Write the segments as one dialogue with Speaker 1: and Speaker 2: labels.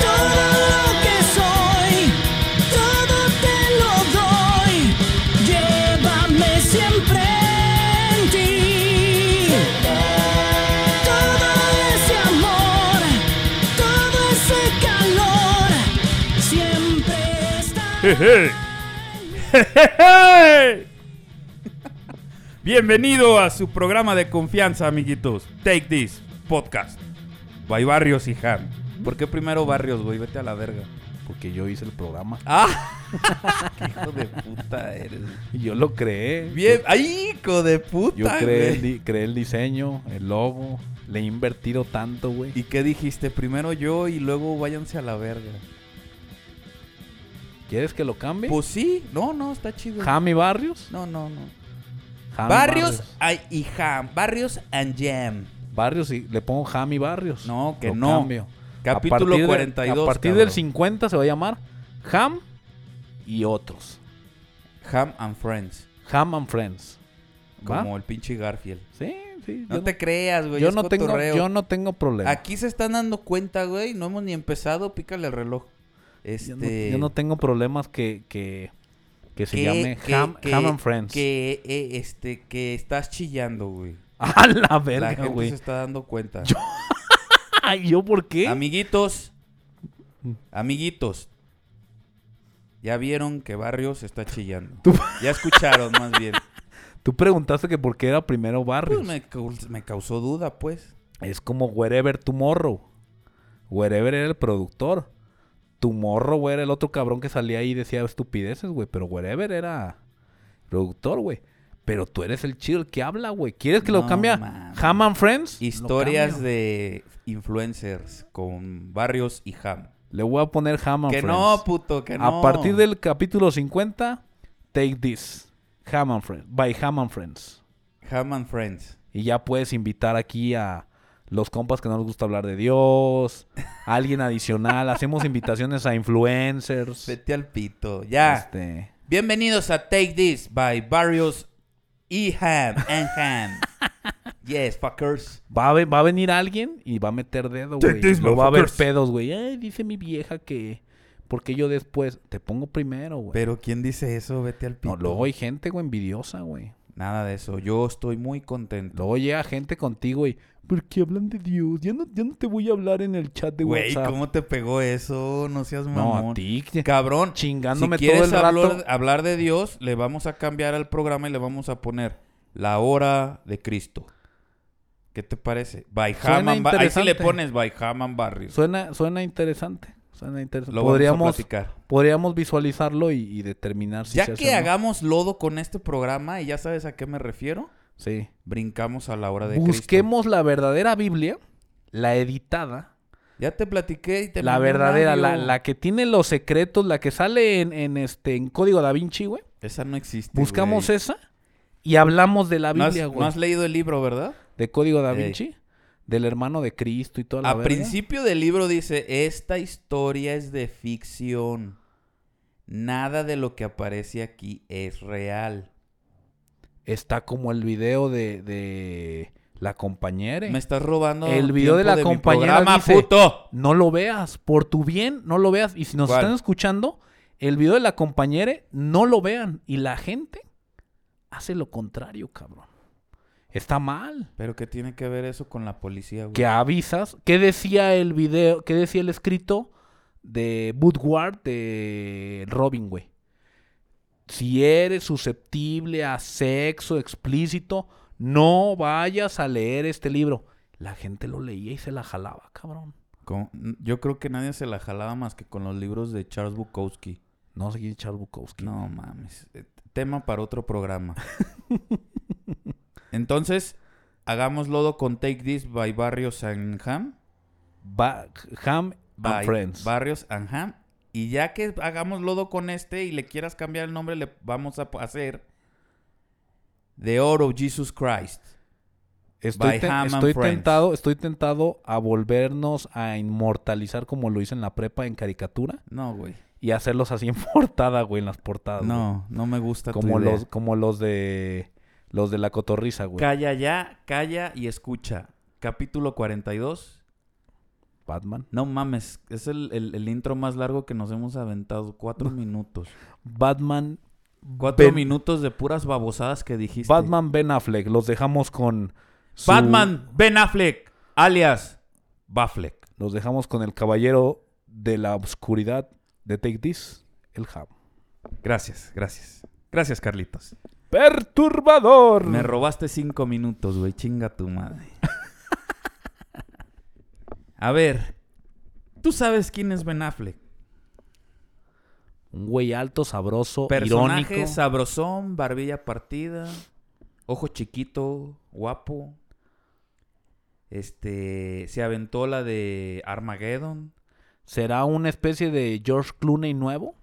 Speaker 1: Todo lo que soy, todo te lo doy. Llévame siempre en ti. Todo ese amor, todo ese calor, siempre está.
Speaker 2: Bienvenido a su programa de confianza, amiguitos. Take this, podcast. By Barrios y Ham. ¿Por qué primero Barrios, güey? Vete a la verga.
Speaker 3: Porque yo hice el programa
Speaker 2: ¡Ah! ¡Qué hijo de puta eres!
Speaker 3: y yo lo creé.
Speaker 2: Bien, ¡ay, hijo de puta!
Speaker 3: Yo creé el,
Speaker 2: güey!
Speaker 3: di- creé el diseño, el logo. Le he invertido tanto, güey.
Speaker 2: ¿Y qué dijiste? Primero yo y luego váyanse a la verga.
Speaker 3: ¿Quieres que lo cambie?
Speaker 2: Pues sí. No, no, está chido.
Speaker 3: Jami Barrios.
Speaker 2: No, no, no.
Speaker 3: Jami
Speaker 2: Barrios ay, y Ham. Barrios and Jam.
Speaker 3: Barrios y le pongo Jami Barrios.
Speaker 2: No, que
Speaker 3: Lo
Speaker 2: no.
Speaker 3: cambio.
Speaker 2: Capítulo
Speaker 3: A partir de-
Speaker 2: 42,
Speaker 3: a partir
Speaker 2: cabrón.
Speaker 3: del 50 se va a llamar Ham y otros.
Speaker 2: Ham and Friends.
Speaker 3: Ham and Friends. ¿Va?
Speaker 2: Como el pinche Garfield.
Speaker 3: Sí, sí.
Speaker 2: No
Speaker 3: yo
Speaker 2: te creas, güey.
Speaker 3: yo
Speaker 2: es
Speaker 3: no tengo,
Speaker 2: cotorreo.
Speaker 3: yo no tengo problema.
Speaker 2: Aquí se están dando cuenta, güey. No hemos ni empezado. Pícale el reloj. Este...
Speaker 3: yo, no, yo no tengo problemas que, que, que se
Speaker 2: que-
Speaker 3: llame
Speaker 2: que-
Speaker 3: Ham,
Speaker 2: que-
Speaker 3: Ham and Friends.
Speaker 2: Que, eh, este, que estás chillando, güey.
Speaker 3: A la
Speaker 2: La
Speaker 3: verga,
Speaker 2: gente
Speaker 3: güey.
Speaker 2: se está dando cuenta.
Speaker 3: Ay, ¿yo por qué? Mm.
Speaker 2: Amiguitos. Amiguitos. Ya vieron que Barrios está chillando. Ya escucharon, más bien.
Speaker 3: Tú preguntaste que por qué era primero Barrios.
Speaker 2: Pues me, caus- me causó duda, pues.
Speaker 3: Es como Wherever Tomorrow. Wherever era el productor. Tomorrow, güey, era el otro cabrón que salía ahí y decía estupideces, güey. Pero Wherever era productor, güey. Pero tú eres el chido, el que habla, güey. ¿Quieres que lo
Speaker 2: No
Speaker 3: cambie a
Speaker 2: mames.
Speaker 3: Ham and Friends? Lo
Speaker 2: Historias
Speaker 3: cambio.
Speaker 2: de influencers con Barrios y Ham.
Speaker 3: Le voy a poner Ham and
Speaker 2: Que
Speaker 3: Friends.
Speaker 2: no, puto, que no.
Speaker 3: A partir del capítulo 50, take this. Ham and Friends. By Ham and Friends.
Speaker 2: Ham and Friends.
Speaker 3: Y ya puedes invitar aquí a los compas que no les gusta hablar de Dios, a alguien adicional. Hacemos invitaciones a influencers.
Speaker 2: Vete al pito. Ya.
Speaker 3: Este,
Speaker 2: Bienvenidos a Take This by Barrios y Ham and Ham. yes, fuckers.
Speaker 3: va, a, ve- va a venir alguien y va a meter dedo,
Speaker 2: Take
Speaker 3: güey.
Speaker 2: this,
Speaker 3: Luego va a haber
Speaker 2: motherfuckers.
Speaker 3: pedos, güey. Ay, dice mi vieja que... Porque yo después te pongo primero, güey.
Speaker 2: Pero ¿quién dice eso? Vete al pito.
Speaker 3: No, luego hay gente, güey, envidiosa, güey.
Speaker 2: Nada de eso. Yo estoy muy contento.
Speaker 3: Luego llega gente contigo y... ¿Por qué hablan de Dios? Ya no, ya no te voy a hablar en el chat de
Speaker 2: Güey,
Speaker 3: WhatsApp.
Speaker 2: ¿cómo te pegó eso? No seas
Speaker 3: No,
Speaker 2: mamón.
Speaker 3: a ti.
Speaker 2: Cabrón.
Speaker 3: Chingándome
Speaker 2: si
Speaker 3: todo
Speaker 2: quieres
Speaker 3: el rato.
Speaker 2: hablar, hablar de Dios, le vamos a cambiar al programa y le vamos a poner la hora de Cristo. ¿Qué te parece? By
Speaker 3: Suena
Speaker 2: Ham and Ba- Ahí sí le
Speaker 3: interesante.
Speaker 2: pones By Ham and Barrios.
Speaker 3: Suena, suena interesante. Suena interesante.
Speaker 2: Lo vamos a
Speaker 3: podríamos,
Speaker 2: platicar.
Speaker 3: podríamos visualizarlo y, y determinar si
Speaker 2: ya
Speaker 3: se hace
Speaker 2: que
Speaker 3: o no.
Speaker 2: hagamos lodo con este programa, y ya sabes a qué me refiero,
Speaker 3: Sí.
Speaker 2: brincamos a la hora de Cristo.
Speaker 3: Busquemos la verdadera Biblia, la editada,
Speaker 2: Ya te platiqué y te
Speaker 3: la
Speaker 2: mandé un
Speaker 3: verdadera, la,
Speaker 2: audio.
Speaker 3: la que tiene los secretos, la que sale en, en este en Código Da Vinci, güey.
Speaker 2: Esa no existe.
Speaker 3: Buscamos
Speaker 2: güey.
Speaker 3: esa y hablamos de la
Speaker 2: ¿No has-
Speaker 3: Biblia,
Speaker 2: no has,
Speaker 3: güey.
Speaker 2: leído el libro, ¿verdad?
Speaker 3: De Código Da
Speaker 2: Ey.
Speaker 3: Vinci, del hermano de Cristo y toda la
Speaker 2: A
Speaker 3: verga.
Speaker 2: principio del libro dice, esta historia es de ficción. Nada de lo que aparece aquí es real.
Speaker 3: Está como el video de, de la compañera.
Speaker 2: Me estás robando
Speaker 3: El video de la
Speaker 2: tiempo mi
Speaker 3: compañera
Speaker 2: programa,
Speaker 3: dice-
Speaker 2: puto.
Speaker 3: no lo veas. Por tu bien, no lo veas. Y si nos
Speaker 2: ¿Cuál?
Speaker 3: están escuchando, el video de la compañera, no lo vean. Y la gente hace lo contrario, cabrón. Está mal.
Speaker 2: Pero ¿qué tiene que ver eso con la policía, güey?
Speaker 3: Que avisas. ¿Qué decía el video? ¿Qué decía el escrito de Woodward de Robin, güey? Si eres susceptible a sexo explícito, no vayas a leer este libro. La gente lo leía y se la jalaba, cabrón.
Speaker 2: Con- Yo creo que nadie se la jalaba más que con los libros de Charles Bukowski.
Speaker 3: No sé quién es Charles Bukowski.
Speaker 2: No mames. Eh, Tema para otro programa. Entonces, hagamos lodo con Take This by Barrios Sanham.
Speaker 3: Ba- Ham and
Speaker 2: By
Speaker 3: Friends.
Speaker 2: Barrios Sanham. Y ya que hagamos lodo con este y le quieras cambiar el nombre, le vamos a p- hacer The Oro Jesus Christ.
Speaker 3: Estoy,
Speaker 2: By
Speaker 3: ten-
Speaker 2: Ham and
Speaker 3: estoy
Speaker 2: Friends.
Speaker 3: tentado, estoy tentado a volvernos a inmortalizar como lo hice en la prepa en caricatura
Speaker 2: No, güey.
Speaker 3: y hacerlos así en portada, güey, en las portadas. Ah, güey.
Speaker 2: No, no me gusta tu
Speaker 3: como
Speaker 2: idea.
Speaker 3: los como los de los de la cotorriza, güey.
Speaker 2: Calla ya, calla y escucha. Capítulo 42.
Speaker 3: Batman.
Speaker 2: No mames, es el, el- el intro más largo que nos hemos aventado. Cuatro minutos.
Speaker 3: Batman
Speaker 2: Cuatro
Speaker 3: Ben-
Speaker 2: minutos de puras babosadas que dijiste.
Speaker 3: Batman Ben Affleck, los dejamos con su-
Speaker 2: Batman Ben Affleck, alias Baffleck.
Speaker 3: los dejamos con el caballero de la oscuridad de Take This, el Ham.
Speaker 2: Gracias, gracias. Gracias, Carlitos.
Speaker 3: Perturbador.
Speaker 2: Me robaste cinco minutos, güey. Chinga tu madre. A ver, ¿tú sabes quién es Ben Affleck?
Speaker 3: Un güey alto, sabroso,
Speaker 2: Personaje
Speaker 3: Oh, irónico.
Speaker 2: sabrosón, barbilla partida, ojo chiquito, guapo. Este, se aventó la de Armageddon.
Speaker 3: ¿Será una especie de George Clooney nuevo?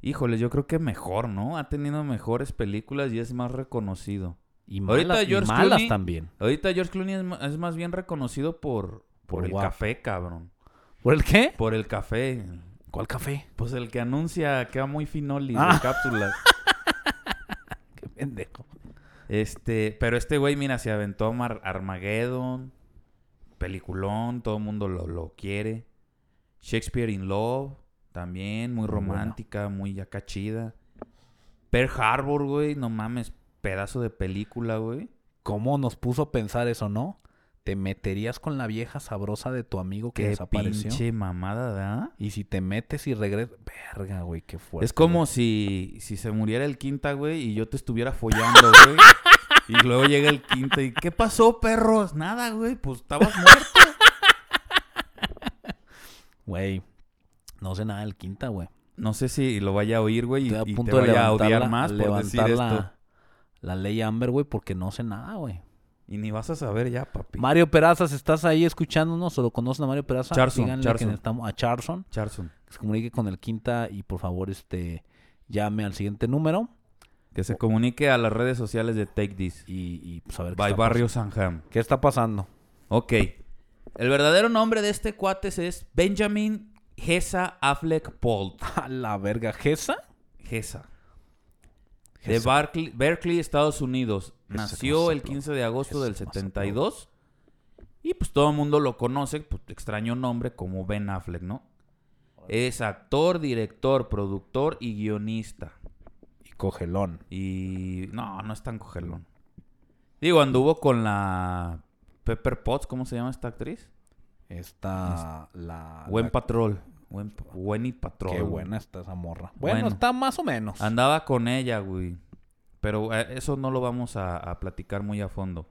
Speaker 2: Híjole, yo creo que mejor, ¿no? Ha tenido mejores películas y es más reconocido.
Speaker 3: Y
Speaker 2: Ahorita
Speaker 3: malas, y
Speaker 2: George
Speaker 3: malas
Speaker 2: Clooney-
Speaker 3: también.
Speaker 2: Ahorita George Clooney es, ma- es más bien reconocido por, por,
Speaker 3: Por
Speaker 2: el
Speaker 3: guapo.
Speaker 2: café, cabrón.
Speaker 3: ¿Por el qué?
Speaker 2: Por el café.
Speaker 3: ¿Cuál café?
Speaker 2: Pues el que anuncia que va muy finoli
Speaker 3: Ah.
Speaker 2: de cápsulas.
Speaker 3: Qué pendejo.
Speaker 2: Este, pero este güey, mira, se aventó a Mar- Armageddon, peliculón, todo el mundo lo, lo quiere. Shakespeare in Love, también,
Speaker 3: Muy
Speaker 2: muy
Speaker 3: bueno.
Speaker 2: romántica, muy acá chida. Pearl Harbor, güey, no mames, pedazo de película, güey.
Speaker 3: ¿Cómo nos puso a pensar eso, no? ¿Te meterías con la vieja sabrosa de tu amigo que
Speaker 2: Qué
Speaker 3: desapareció?
Speaker 2: pinche mamada, ¿verdad?
Speaker 3: Y si te metes y regresas... Verga, güey, qué fuerte.
Speaker 2: Es como si, si se muriera el quinta, güey, y yo te estuviera follando, güey. y luego llega el quinta y, ¿qué pasó, perros? Nada, güey, pues estabas muerto.
Speaker 3: Güey, no sé nada del quinta, güey.
Speaker 2: No sé si lo vaya a oír, güey, y,
Speaker 3: Estoy a
Speaker 2: y te
Speaker 3: punto de
Speaker 2: vaya a
Speaker 3: levantar,
Speaker 2: odiar
Speaker 3: la,
Speaker 2: más por decir
Speaker 3: levantar
Speaker 2: esto.
Speaker 3: la, la ley Amber, güey, porque no sé nada, güey.
Speaker 2: Y ni vas a saber ya, papi.
Speaker 3: Mario Perazas, ¿estás ahí escuchándonos o lo conocen a Mario Peraza?
Speaker 2: Charson,
Speaker 3: Díganle
Speaker 2: Charson.
Speaker 3: que necesitamos a Charson,
Speaker 2: Charson,
Speaker 3: que se comunique con el quinta y por favor, este, llame al siguiente número
Speaker 2: que se comunique a las redes sociales de Take This.
Speaker 3: y, y pues a ver
Speaker 2: By
Speaker 3: está
Speaker 2: Barrio Sanjam.
Speaker 3: pas- ¿Qué está pasando?
Speaker 2: Ok. El verdadero nombre de este cuates es Benjamin Gesa Affleck Polt.
Speaker 3: A la verga, ¿Gesa?
Speaker 2: Gesa. De
Speaker 3: Gesa.
Speaker 2: Barclay- Berkeley, Estados Unidos.
Speaker 3: Gesa
Speaker 2: Nació
Speaker 3: Mazatlán.
Speaker 2: el 15 de agosto
Speaker 3: Gesa
Speaker 2: del
Speaker 3: Mazatlán.
Speaker 2: 72. Y pues todo el mundo lo conoce, pues, extraño nombre, como Ben Affleck, ¿no? Es actor, director, productor y guionista.
Speaker 3: Y Cogelón.
Speaker 2: Y no, no es tan cogelón. Digo, anduvo con la Pepper Potts, ¿cómo se llama esta actriz?
Speaker 3: Está la...
Speaker 2: Buen
Speaker 3: Ah, la-
Speaker 2: Patrol. Buen, Wenny Patrol.
Speaker 3: Qué
Speaker 2: güey.
Speaker 3: buena está esa morra. Bueno,
Speaker 2: Bueno.
Speaker 3: está más o menos.
Speaker 2: Andaba con ella, güey. Pero eh, eso no lo vamos a, a platicar muy a fondo.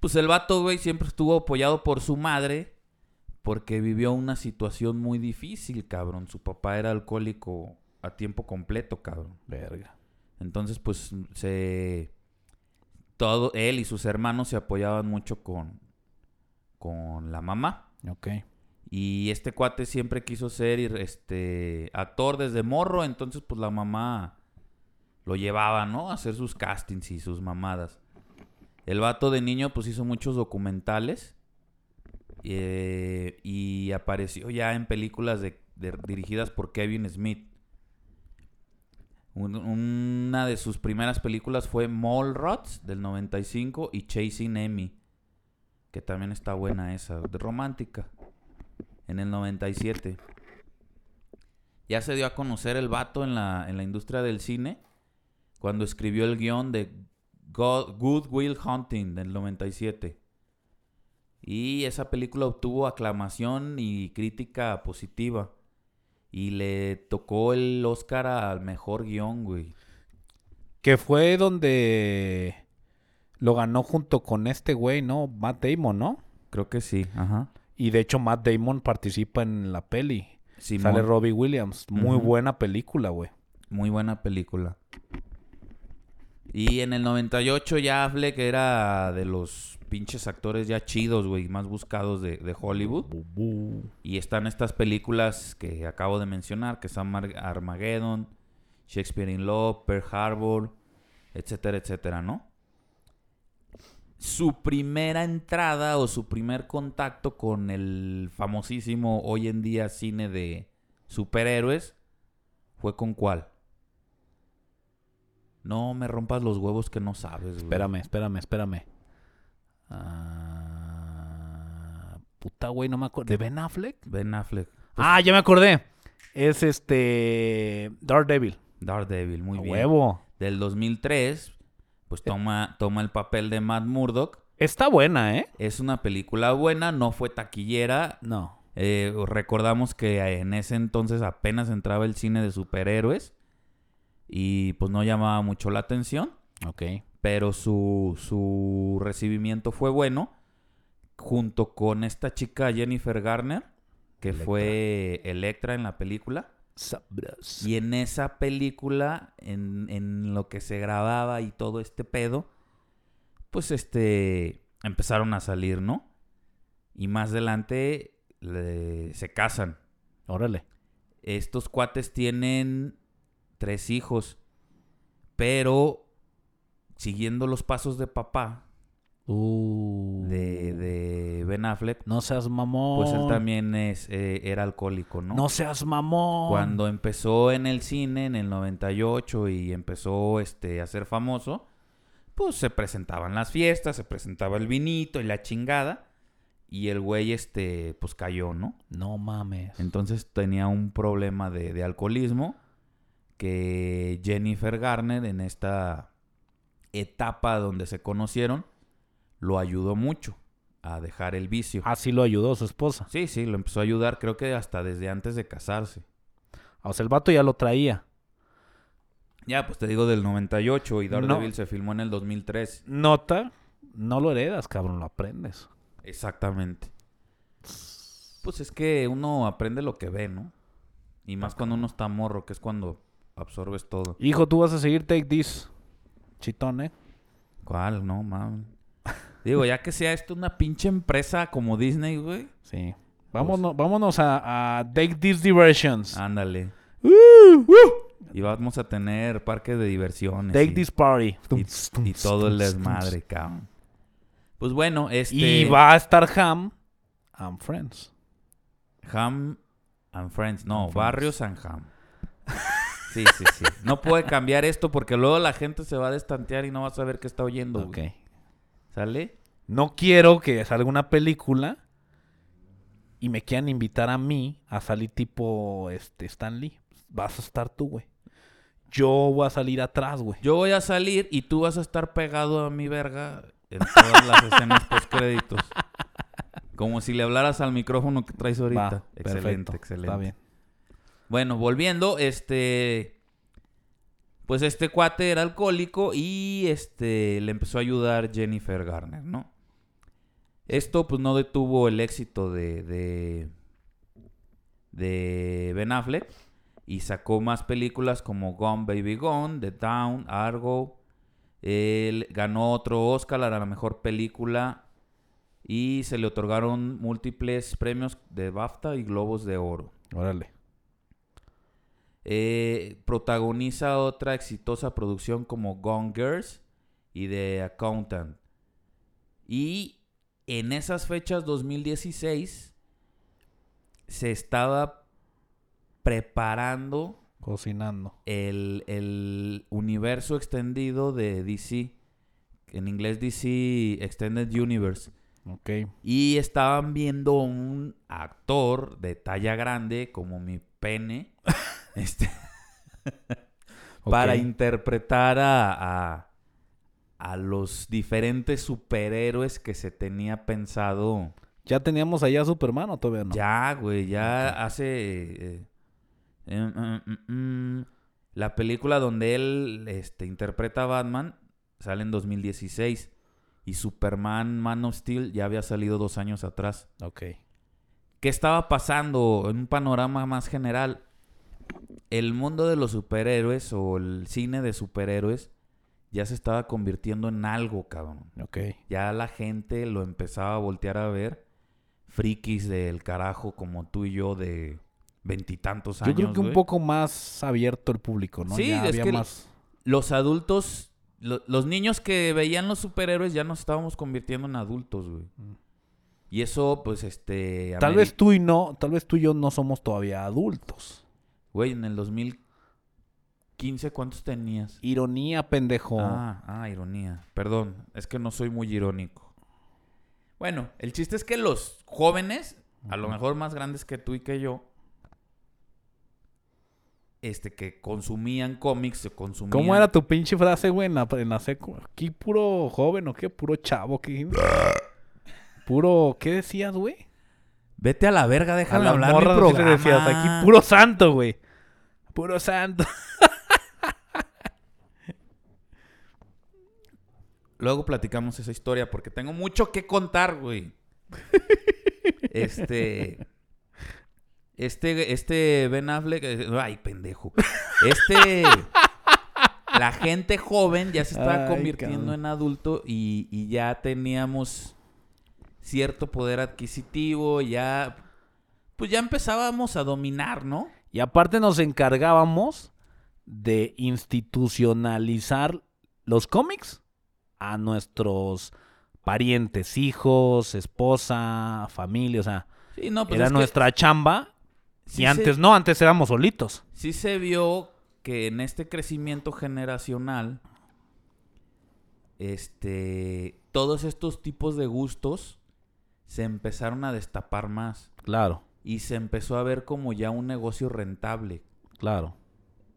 Speaker 2: Pues el vato, güey, siempre estuvo apoyado por su madre. Porque vivió una situación muy difícil, cabrón. Su papá era alcohólico a tiempo completo, cabrón.
Speaker 3: Verga.
Speaker 2: Entonces, pues se. Todo él y sus hermanos se apoyaban mucho con, con la mamá.
Speaker 3: Ok.
Speaker 2: Y este cuate siempre quiso ser ir- este actor desde morro, entonces pues la mamá lo llevaba, ¿no? A hacer sus castings y sus mamadas. El vato de niño pues hizo muchos documentales eh, y apareció ya en películas de- de- dirigidas por Kevin Smith. Un- una de sus primeras películas fue Mallrats del 95 y Chasing Amy, que también está buena esa, de romántica en el 97. Ya se dio a conocer el vato en la, en la industria del cine cuando escribió el guión de Go- Good Will Hunting del 97. Y esa película obtuvo aclamación y crítica positiva. Y le tocó el Oscar al mejor guión, güey.
Speaker 3: Que fue donde lo ganó junto con este güey, ¿no? Matt Damon, ¿no?
Speaker 2: Creo que sí, ajá.
Speaker 3: Y de hecho Matt Damon participa en la peli.
Speaker 2: Simón,
Speaker 3: Sale Robbie Williams. Muy
Speaker 2: Ujú.
Speaker 3: buena película, güey.
Speaker 2: Muy buena película. Y en el 98 ya Affleck era de los pinches actores ya chidos, güey, más buscados de, de Hollywood. Y están estas películas que acabo de mencionar, que son Mar- Armageddon, Shakespeare in Love, Pearl Harbor, etcétera, etcétera, ¿no? Su primera entrada o su primer contacto con el famosísimo hoy en día cine de superhéroes fue con cuál? No me rompas los huevos que no sabes, güey.
Speaker 3: Espérame, espérame, espérame. Ah, puta, güey, no me acuerdo. ¿De Ben Affleck?
Speaker 2: Ben Affleck,
Speaker 3: ah, ya me acordé. Es este. Dark Devil.
Speaker 2: Daredevil, muy bien.
Speaker 3: Huevo.
Speaker 2: del 2003, pues toma, toma el papel de Matt Murdock.
Speaker 3: Está buena, ¿eh?
Speaker 2: Es una película buena, no fue taquillera.
Speaker 3: No.
Speaker 2: Eh, recordamos que en ese entonces apenas entraba el cine de superhéroes y pues no llamaba mucho la atención,
Speaker 3: Ok.
Speaker 2: pero su, su recibimiento fue bueno junto con esta chica Jennifer Garner, que
Speaker 3: Electra.
Speaker 2: fue Electra en la película.
Speaker 3: Sabroso.
Speaker 2: Y en esa película, en, en lo que se grababa y todo este pedo, pues este empezaron a salir, ¿no? Y más adelante le- se casan.
Speaker 3: Órale.
Speaker 2: Estos cuates tienen tres hijos, pero siguiendo los pasos de papá
Speaker 3: Uh,
Speaker 2: de, de Ben Affleck,
Speaker 3: No seas mamón.
Speaker 2: pues él también es, eh, era alcohólico,
Speaker 3: No,
Speaker 2: ¿no?
Speaker 3: seas mamón.
Speaker 2: Cuando empezó en el cine en el 98 y empezó este, a ser famoso, pues se presentaban las fiestas, se presentaba el vinito y la chingada. Y el güey, este, pues cayó, ¿no?
Speaker 3: No mames.
Speaker 2: Entonces tenía un problema de, de alcoholismo que Jennifer Garner en esta etapa donde se conocieron lo ayudó mucho a dejar el vicio.
Speaker 3: Así Ah, lo ayudó su esposa.
Speaker 2: Sí, sí, lo empezó a ayudar creo que hasta desde antes de casarse.
Speaker 3: O sea, el vato ya lo traía.
Speaker 2: Ya, pues te digo del 98 y
Speaker 3: No.
Speaker 2: Daredevil se filmó en el 2003.
Speaker 3: Nota. No lo heredas, cabrón, lo aprendes.
Speaker 2: Exactamente. Pues es que uno aprende lo que ve, ¿no? Y más cuando uno está morro, que es cuando absorbes todo.
Speaker 3: Hijo, tú vas a seguir Take This. Chitón, ¿eh?
Speaker 2: ¿Cuál? No, mames. Digo, ya que sea esto una pinche empresa como Disney, güey.
Speaker 3: Sí. Vámonos,
Speaker 2: Pues.
Speaker 3: vámonos a, a Take This
Speaker 2: Ah,
Speaker 3: Diversions.
Speaker 2: Ándale.
Speaker 3: Uh, uh.
Speaker 2: Y vamos a tener parque de diversiones.
Speaker 3: Take
Speaker 2: y-
Speaker 3: This Party.
Speaker 2: Y, y todo el desmadre, cabrón. Pues bueno, este...
Speaker 3: Y va a estar Ham and Friends.
Speaker 2: Ham and Friends. No,
Speaker 3: And Friends.
Speaker 2: Barrios and Ham. Sí, sí, sí. No puede cambiar esto porque luego la gente se va a destantear y no va a saber qué está oyendo. güey.
Speaker 3: Ok.
Speaker 2: ¿Sale?
Speaker 3: No quiero que salga una película y me quieran invitar a mí a salir tipo este Stan Lee. Vas a estar tú, güey. Yo voy a salir atrás, güey.
Speaker 2: Yo voy a salir y tú vas a estar pegado a mi verga en todas las escenas postcréditos. Como si le hablaras al micrófono que traes ahorita.
Speaker 3: Va,
Speaker 2: excelente,
Speaker 3: perfecto.
Speaker 2: excelente.
Speaker 3: Está bien.
Speaker 2: Bueno, volviendo, este. Pues este cuate era alcohólico y este le empezó a ayudar Jennifer Garner, ¿no? Esto pues no detuvo el éxito de, de, de Ben Affleck y sacó más películas como Gone Baby Gone, The Town, Argo. Él ganó otro Oscar a la mejor película y se le otorgaron múltiples premios de BAFTA y Globos de Oro.
Speaker 3: Órale.
Speaker 2: Eh, protagoniza otra exitosa producción como Gone Girls y The Accountant. Y en esas fechas 2016 se estaba preparando
Speaker 3: Cocinando.
Speaker 2: el, el universo extendido de DC. En inglés DC Extended Universe.
Speaker 3: Ok.
Speaker 2: Y estaban viendo un actor de talla grande como mi pene. este, para
Speaker 3: Ok.
Speaker 2: interpretar a, a, a los diferentes superhéroes que se tenía pensado.
Speaker 3: ¿Ya teníamos allá a Superman o todavía no?
Speaker 2: eh, mm, Ya, güey, ya hace... eh, em, em, em, em, La película donde él este, interpreta a Batman sale en 2016 y Superman Man of Steel ya había salido dos años atrás.
Speaker 3: Ok.
Speaker 2: ¿Qué estaba pasando en un panorama más general? El mundo de los superhéroes o el cine de superhéroes ya se estaba convirtiendo en algo, cabrón.
Speaker 3: Ok.
Speaker 2: Ya la gente lo empezaba a voltear a ver. Frikis del carajo como tú y yo de veintitantos años.
Speaker 3: Yo creo que un
Speaker 2: güey.
Speaker 3: poco más abierto el público, ¿no?
Speaker 2: Sí,
Speaker 3: Ya
Speaker 2: es
Speaker 3: había
Speaker 2: que-
Speaker 3: más.
Speaker 2: Los adultos, lo- los niños que veían los superhéroes ya nos estábamos convirtiendo en adultos, güey. Y eso, pues, este...
Speaker 3: Mm. Tal
Speaker 2: Ameri-
Speaker 3: vez tú y no, tal vez tú y yo no somos todavía adultos.
Speaker 2: Güey, en el 2015, ¿cuántos tenías?
Speaker 3: Ironía, pendejo.
Speaker 2: Ah, ah, ironía. Perdón, es que no soy muy irónico. Bueno, el chiste es que los jóvenes, a lo mejor más grandes que tú y que yo, este, que consumían cómics, se consumían...
Speaker 3: ¿Cómo era tu pinche frase, güey, en la, en la secu? ¿Qué puro joven o qué? Puro chavo, ¿qué? puro, ¿qué decías, güey?
Speaker 2: Vete a la verga,
Speaker 3: A
Speaker 2: déjame
Speaker 3: las
Speaker 2: hablar mi
Speaker 3: morras así le
Speaker 2: programa.
Speaker 3: decías, aquí puro santo, güey. Puro santo.
Speaker 2: Luego platicamos esa historia porque tengo mucho que contar, güey. Este. Este, este Ben Affleck. eh, Ay, pendejo. Este. La gente joven ya se estaba
Speaker 3: Ay,
Speaker 2: convirtiendo
Speaker 3: cabrón.
Speaker 2: en adulto y, y ya teníamos cierto poder adquisitivo. Ya. Pues ya empezábamos a dominar, ¿no?
Speaker 3: Y aparte nos encargábamos de institucionalizar los cómics a nuestros parientes, hijos, esposa, familia, o sea,
Speaker 2: Sí, no, pues
Speaker 3: era
Speaker 2: es que
Speaker 3: nuestra chamba.
Speaker 2: sí
Speaker 3: y
Speaker 2: se-
Speaker 3: antes no, antes éramos solitos.
Speaker 2: sí se vio que en este crecimiento generacional, este, todos estos tipos de gustos se empezaron a destapar más
Speaker 3: Claro,
Speaker 2: y se empezó a ver como ya un negocio rentable.
Speaker 3: claro.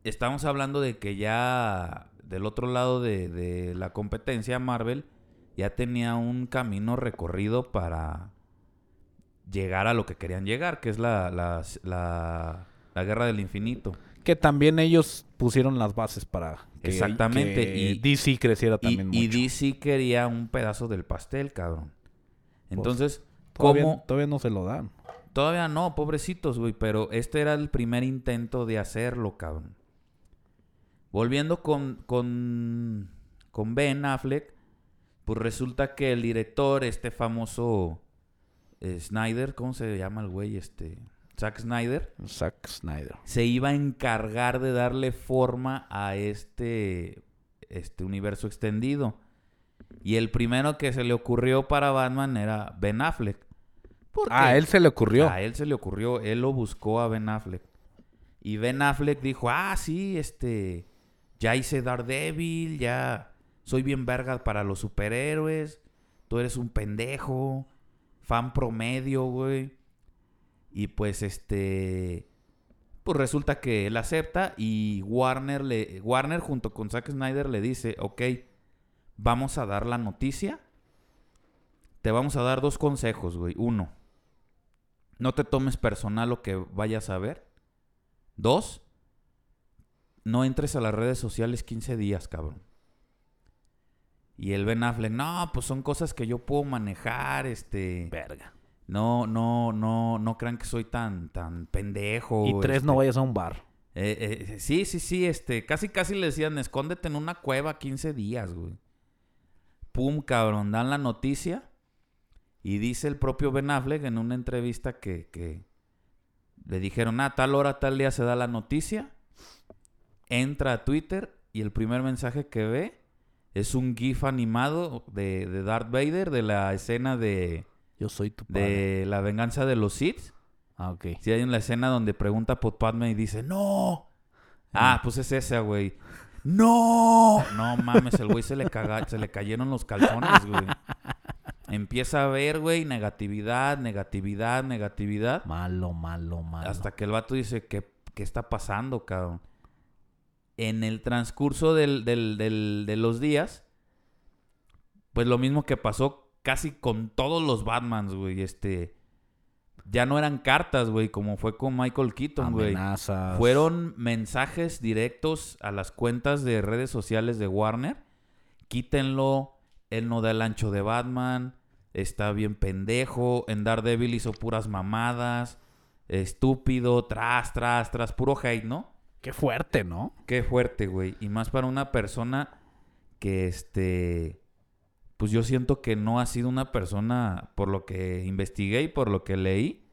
Speaker 2: Estamos hablando de que ya del otro lado de, de la competencia Marvel ya tenía un camino recorrido para llegar a lo que querían llegar, que es la, la- la- la guerra del infinito.
Speaker 3: Que también ellos pusieron las bases para que,
Speaker 2: Exactamente,
Speaker 3: que
Speaker 2: y-
Speaker 3: DC creciera
Speaker 2: Y,
Speaker 3: también
Speaker 2: y
Speaker 3: mucho.
Speaker 2: DC quería un pedazo del pastel, cabrón. Entonces,
Speaker 3: Pues, todavía,
Speaker 2: ¿cómo?
Speaker 3: todavía no se lo dan.
Speaker 2: Todavía no, pobrecitos, güey, pero este era el primer intento de hacerlo, cabrón. Volviendo con, con, con Ben Affleck, pues resulta que el director, este famoso eh, Snyder, ¿cómo se llama el güey? Este, Zack Snyder,
Speaker 3: Zack Snyder.
Speaker 2: se iba a encargar de darle forma a este, este universo extendido. Y el primero que se le ocurrió para Batman era Ben Affleck. Porque
Speaker 3: Ah, a él se le ocurrió.
Speaker 2: a él se le ocurrió, él lo buscó a Ben Affleck. Y Ben Affleck dijo, ah, sí, este, ya hice Daredevil, ya soy bien verga para los superhéroes, tú eres un pendejo, fan promedio, güey. Y pues este, pues resulta que él acepta y Warner, le, Warner junto con Zack Snyder le dice, ok, vamos a dar la noticia. Te vamos a dar dos consejos, güey. Uno, no te tomes personal lo que vayas a ver. Dos, no entres a las redes sociales 15 días, cabrón. Y el Ben Affleck, no, pues son cosas que yo puedo manejar, este...
Speaker 3: Verga.
Speaker 2: No, no, no, no crean que soy tan, tan pendejo.
Speaker 3: Y tres, no
Speaker 2: este.
Speaker 3: vayas a un bar.
Speaker 2: Eh, eh, sí, sí, sí, este, casi, casi le decían, escóndete en una cueva 15 días, güey. Pum, cabrón, dan la noticia y dice el propio Ben Affleck en una entrevista que, que le dijeron, ah, tal hora, tal día se da la noticia, entra a Twitter y el primer mensaje que ve es un GIF animado de, de Darth Vader de la escena de,
Speaker 3: Yo soy tu padre.
Speaker 2: de la venganza de los Sith.
Speaker 3: Ah, ok.
Speaker 2: Si hay una escena donde pregunta por Padme y dice, ¡No! Ah, pues es esa, güey. ¡No! No mames, el güey se le caga- se le cayeron los calzones, güey. Empieza a ver, güey, negatividad, negatividad, negatividad.
Speaker 3: Malo, malo, malo.
Speaker 2: Hasta que el vato dice, ¿qué, qué está pasando, cabrón? En el transcurso del- del- del- de los días, pues lo mismo que pasó casi con todos los Batmans, güey. Este, Ya no eran cartas, güey, como fue con Michael
Speaker 3: Ah,
Speaker 2: Keaton, güey.
Speaker 3: Amenazas.
Speaker 2: Fueron mensajes directos a las cuentas de redes sociales de Warner. Quítenlo. Él no da el ancho de Batman. Está bien pendejo. En Daredevil hizo puras mamadas. Estúpido. Tras, tras, tras. Puro hate, ¿no?
Speaker 3: Qué fuerte, ¿no?
Speaker 2: Qué fuerte, güey. Y más para una persona que este. Pues yo siento que no ha sido una persona, por lo que investigué y por lo que leí,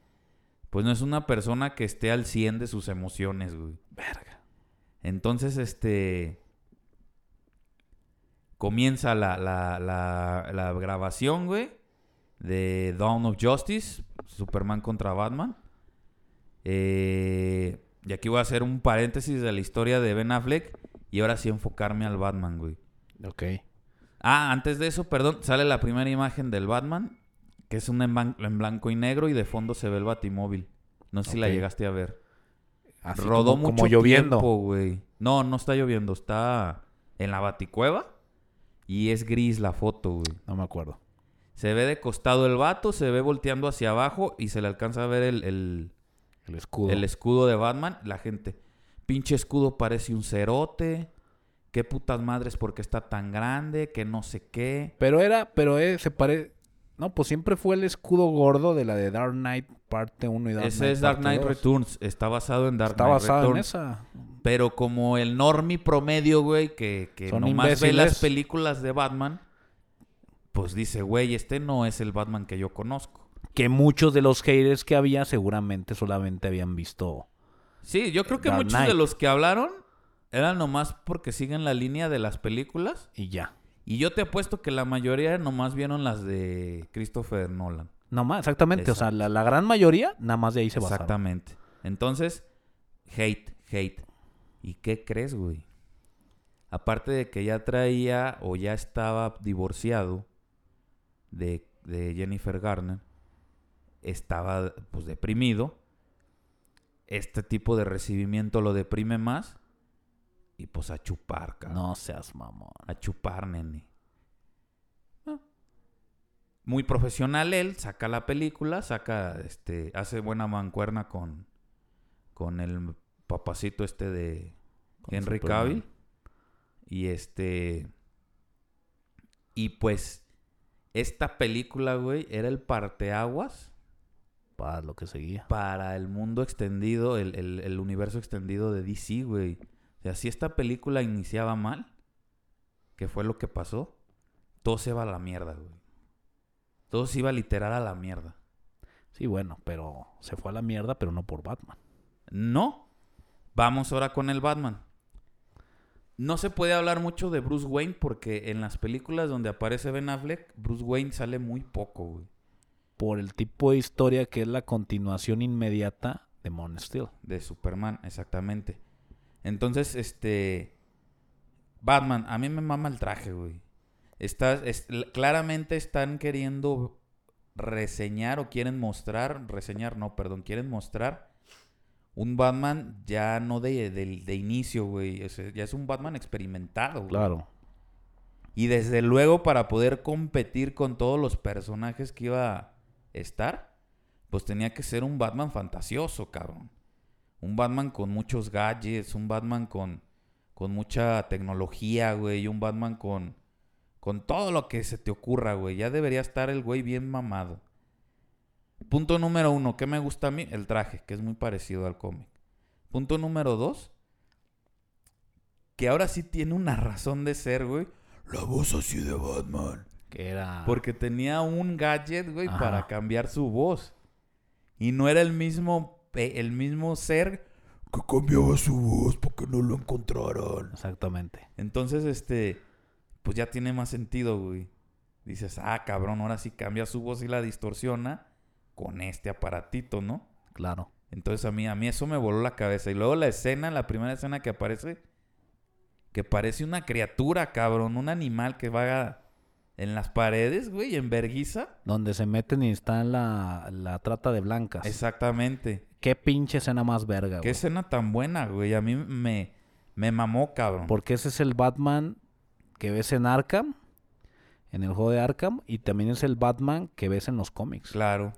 Speaker 2: pues no es una persona que esté al 100 de sus emociones, güey.
Speaker 3: Verga.
Speaker 2: Entonces, este. Comienza la, la- la- la grabación, güey. De Dawn of Justice. Superman contra Batman. Eh, y aquí voy a hacer un paréntesis de la historia de Ben Affleck. Y ahora sí enfocarme al Batman, güey.
Speaker 3: Ok.
Speaker 2: Ah, antes de eso, perdón, sale la primera imagen del Batman. Que es una en, ban- en blanco y negro. Y de fondo se ve el Batimóvil. No sé si la
Speaker 3: Ok.
Speaker 2: llegaste a ver.
Speaker 3: Así
Speaker 2: Rodó
Speaker 3: como,
Speaker 2: mucho
Speaker 3: como lloviendo.
Speaker 2: tiempo, güey. No, no está lloviendo, está en la baticueva y es gris la foto, güey.
Speaker 3: No me acuerdo.
Speaker 2: Se ve de costado el vato, se ve volteando hacia abajo y se le alcanza a ver el, el-
Speaker 3: El escudo.
Speaker 2: el escudo de Batman. La gente, pinche escudo parece un cerote. Qué putas madres, porque está tan grande? Que no sé qué.
Speaker 3: Pero era, pero eh, se parece. No, pues siempre fue el escudo gordo de la de Dark Knight parte 1 y Dark
Speaker 2: Ese
Speaker 3: Knight
Speaker 2: es Dark
Speaker 3: parte
Speaker 2: Knight
Speaker 3: dos.
Speaker 2: Returns. Está basado en Dark
Speaker 3: Está
Speaker 2: Knight
Speaker 3: basado en
Speaker 2: Returns.
Speaker 3: esa.
Speaker 2: Pero como el normie promedio, güey, que, que
Speaker 3: Son
Speaker 2: nomás ve las
Speaker 3: imbéciles.
Speaker 2: películas de Batman, pues dice, güey, este no es el Batman que yo conozco.
Speaker 3: Que muchos de los haters que había seguramente solamente habían visto.
Speaker 2: Sí, yo creo que
Speaker 3: Dark
Speaker 2: muchos de
Speaker 3: Knight.
Speaker 2: los que hablaron eran nomás porque siguen la línea de las películas.
Speaker 3: Y ya.
Speaker 2: Y yo te apuesto que la mayoría nomás vieron las de Christopher Nolan.
Speaker 3: No más, exactamente. O sea, la, la gran mayoría nada más de ahí se basaron.
Speaker 2: Exactamente. Entonces, hate, hate. ¿Y qué crees, güey? Aparte de que ya traía o ya estaba divorciado de, de Jennifer Garner, estaba pues deprimido. Este tipo de recibimiento lo deprime más. Y pues a chupar, cabrón.
Speaker 3: No seas mamón.
Speaker 2: A chupar, nene. Ah. Muy profesional él, saca la película, saca, este, hace buena mancuerna con, con el papacito este de
Speaker 3: Con
Speaker 2: Henry
Speaker 3: Superman.
Speaker 2: Cavill. Y este, y pues, esta película, güey, era el parteaguas
Speaker 3: Para lo que seguía.
Speaker 2: para el mundo extendido, el, el- el universo extendido de DC, güey. O sea, si esta película iniciaba mal, que fue lo que pasó, todo se iba a la mierda, güey. Todo se iba literal a la mierda.
Speaker 3: Sí, bueno, pero se fue a la mierda, pero no por Batman.
Speaker 2: No. Vamos ahora con el Batman. No se puede hablar mucho de Bruce Wayne porque en las películas donde aparece Ben Affleck, Bruce Wayne sale muy poco, güey.
Speaker 3: Por el tipo de historia que es la continuación inmediata de Mon Steel.
Speaker 2: De Superman, exactamente. Entonces, este. Batman, a mí me mama el traje, güey. Está, es- l- claramente están queriendo reseñar o quieren mostrar, reseñar, no, perdón, quieren mostrar un Batman ya no de, de- de inicio, güey. O sea, ya es un Batman experimentado, güey.
Speaker 3: Claro.
Speaker 2: Y desde luego para poder competir con todos los personajes que iba a estar, pues tenía que ser un Batman fantasioso, cabrón. Un Batman con muchos gadgets, un Batman con, con mucha tecnología, güey, un Batman con, con todo lo que se te ocurra, güey. Ya debería estar el güey bien mamado. Punto número uno, ¿qué me gusta a mí? El traje, que es muy parecido al cómic. Punto número dos, que ahora sí tiene una razón de ser, güey. La voz así de Batman.
Speaker 3: Que era.
Speaker 2: Porque tenía un gadget, güey,
Speaker 3: Ajá.
Speaker 2: para cambiar su voz. Y no era el mismo, eh, el mismo ser.
Speaker 4: que cambiaba su voz porque no lo encontraran.
Speaker 3: Exactamente.
Speaker 2: Entonces, este, pues ya tiene más sentido, güey. Dices, ah, cabrón, ahora sí cambia su voz y la distorsiona con este aparatito, ¿no?
Speaker 3: Claro.
Speaker 2: Entonces a mí, a mí eso me voló la cabeza. Y luego la escena, la primera escena que aparece, que parece una criatura, cabrón, un animal que vaga en las paredes, güey, en verguiza.
Speaker 3: Donde se meten y está la, la trata de blancas.
Speaker 2: Exactamente.
Speaker 3: Qué pinche escena más verga,
Speaker 2: Qué
Speaker 3: güey.
Speaker 2: escena tan buena, güey. A mí me, me mamó, cabrón.
Speaker 3: Porque ese es el Batman que ves en Arkham, en el juego de Arkham, y también es el Batman que ves en los cómics.
Speaker 2: Claro.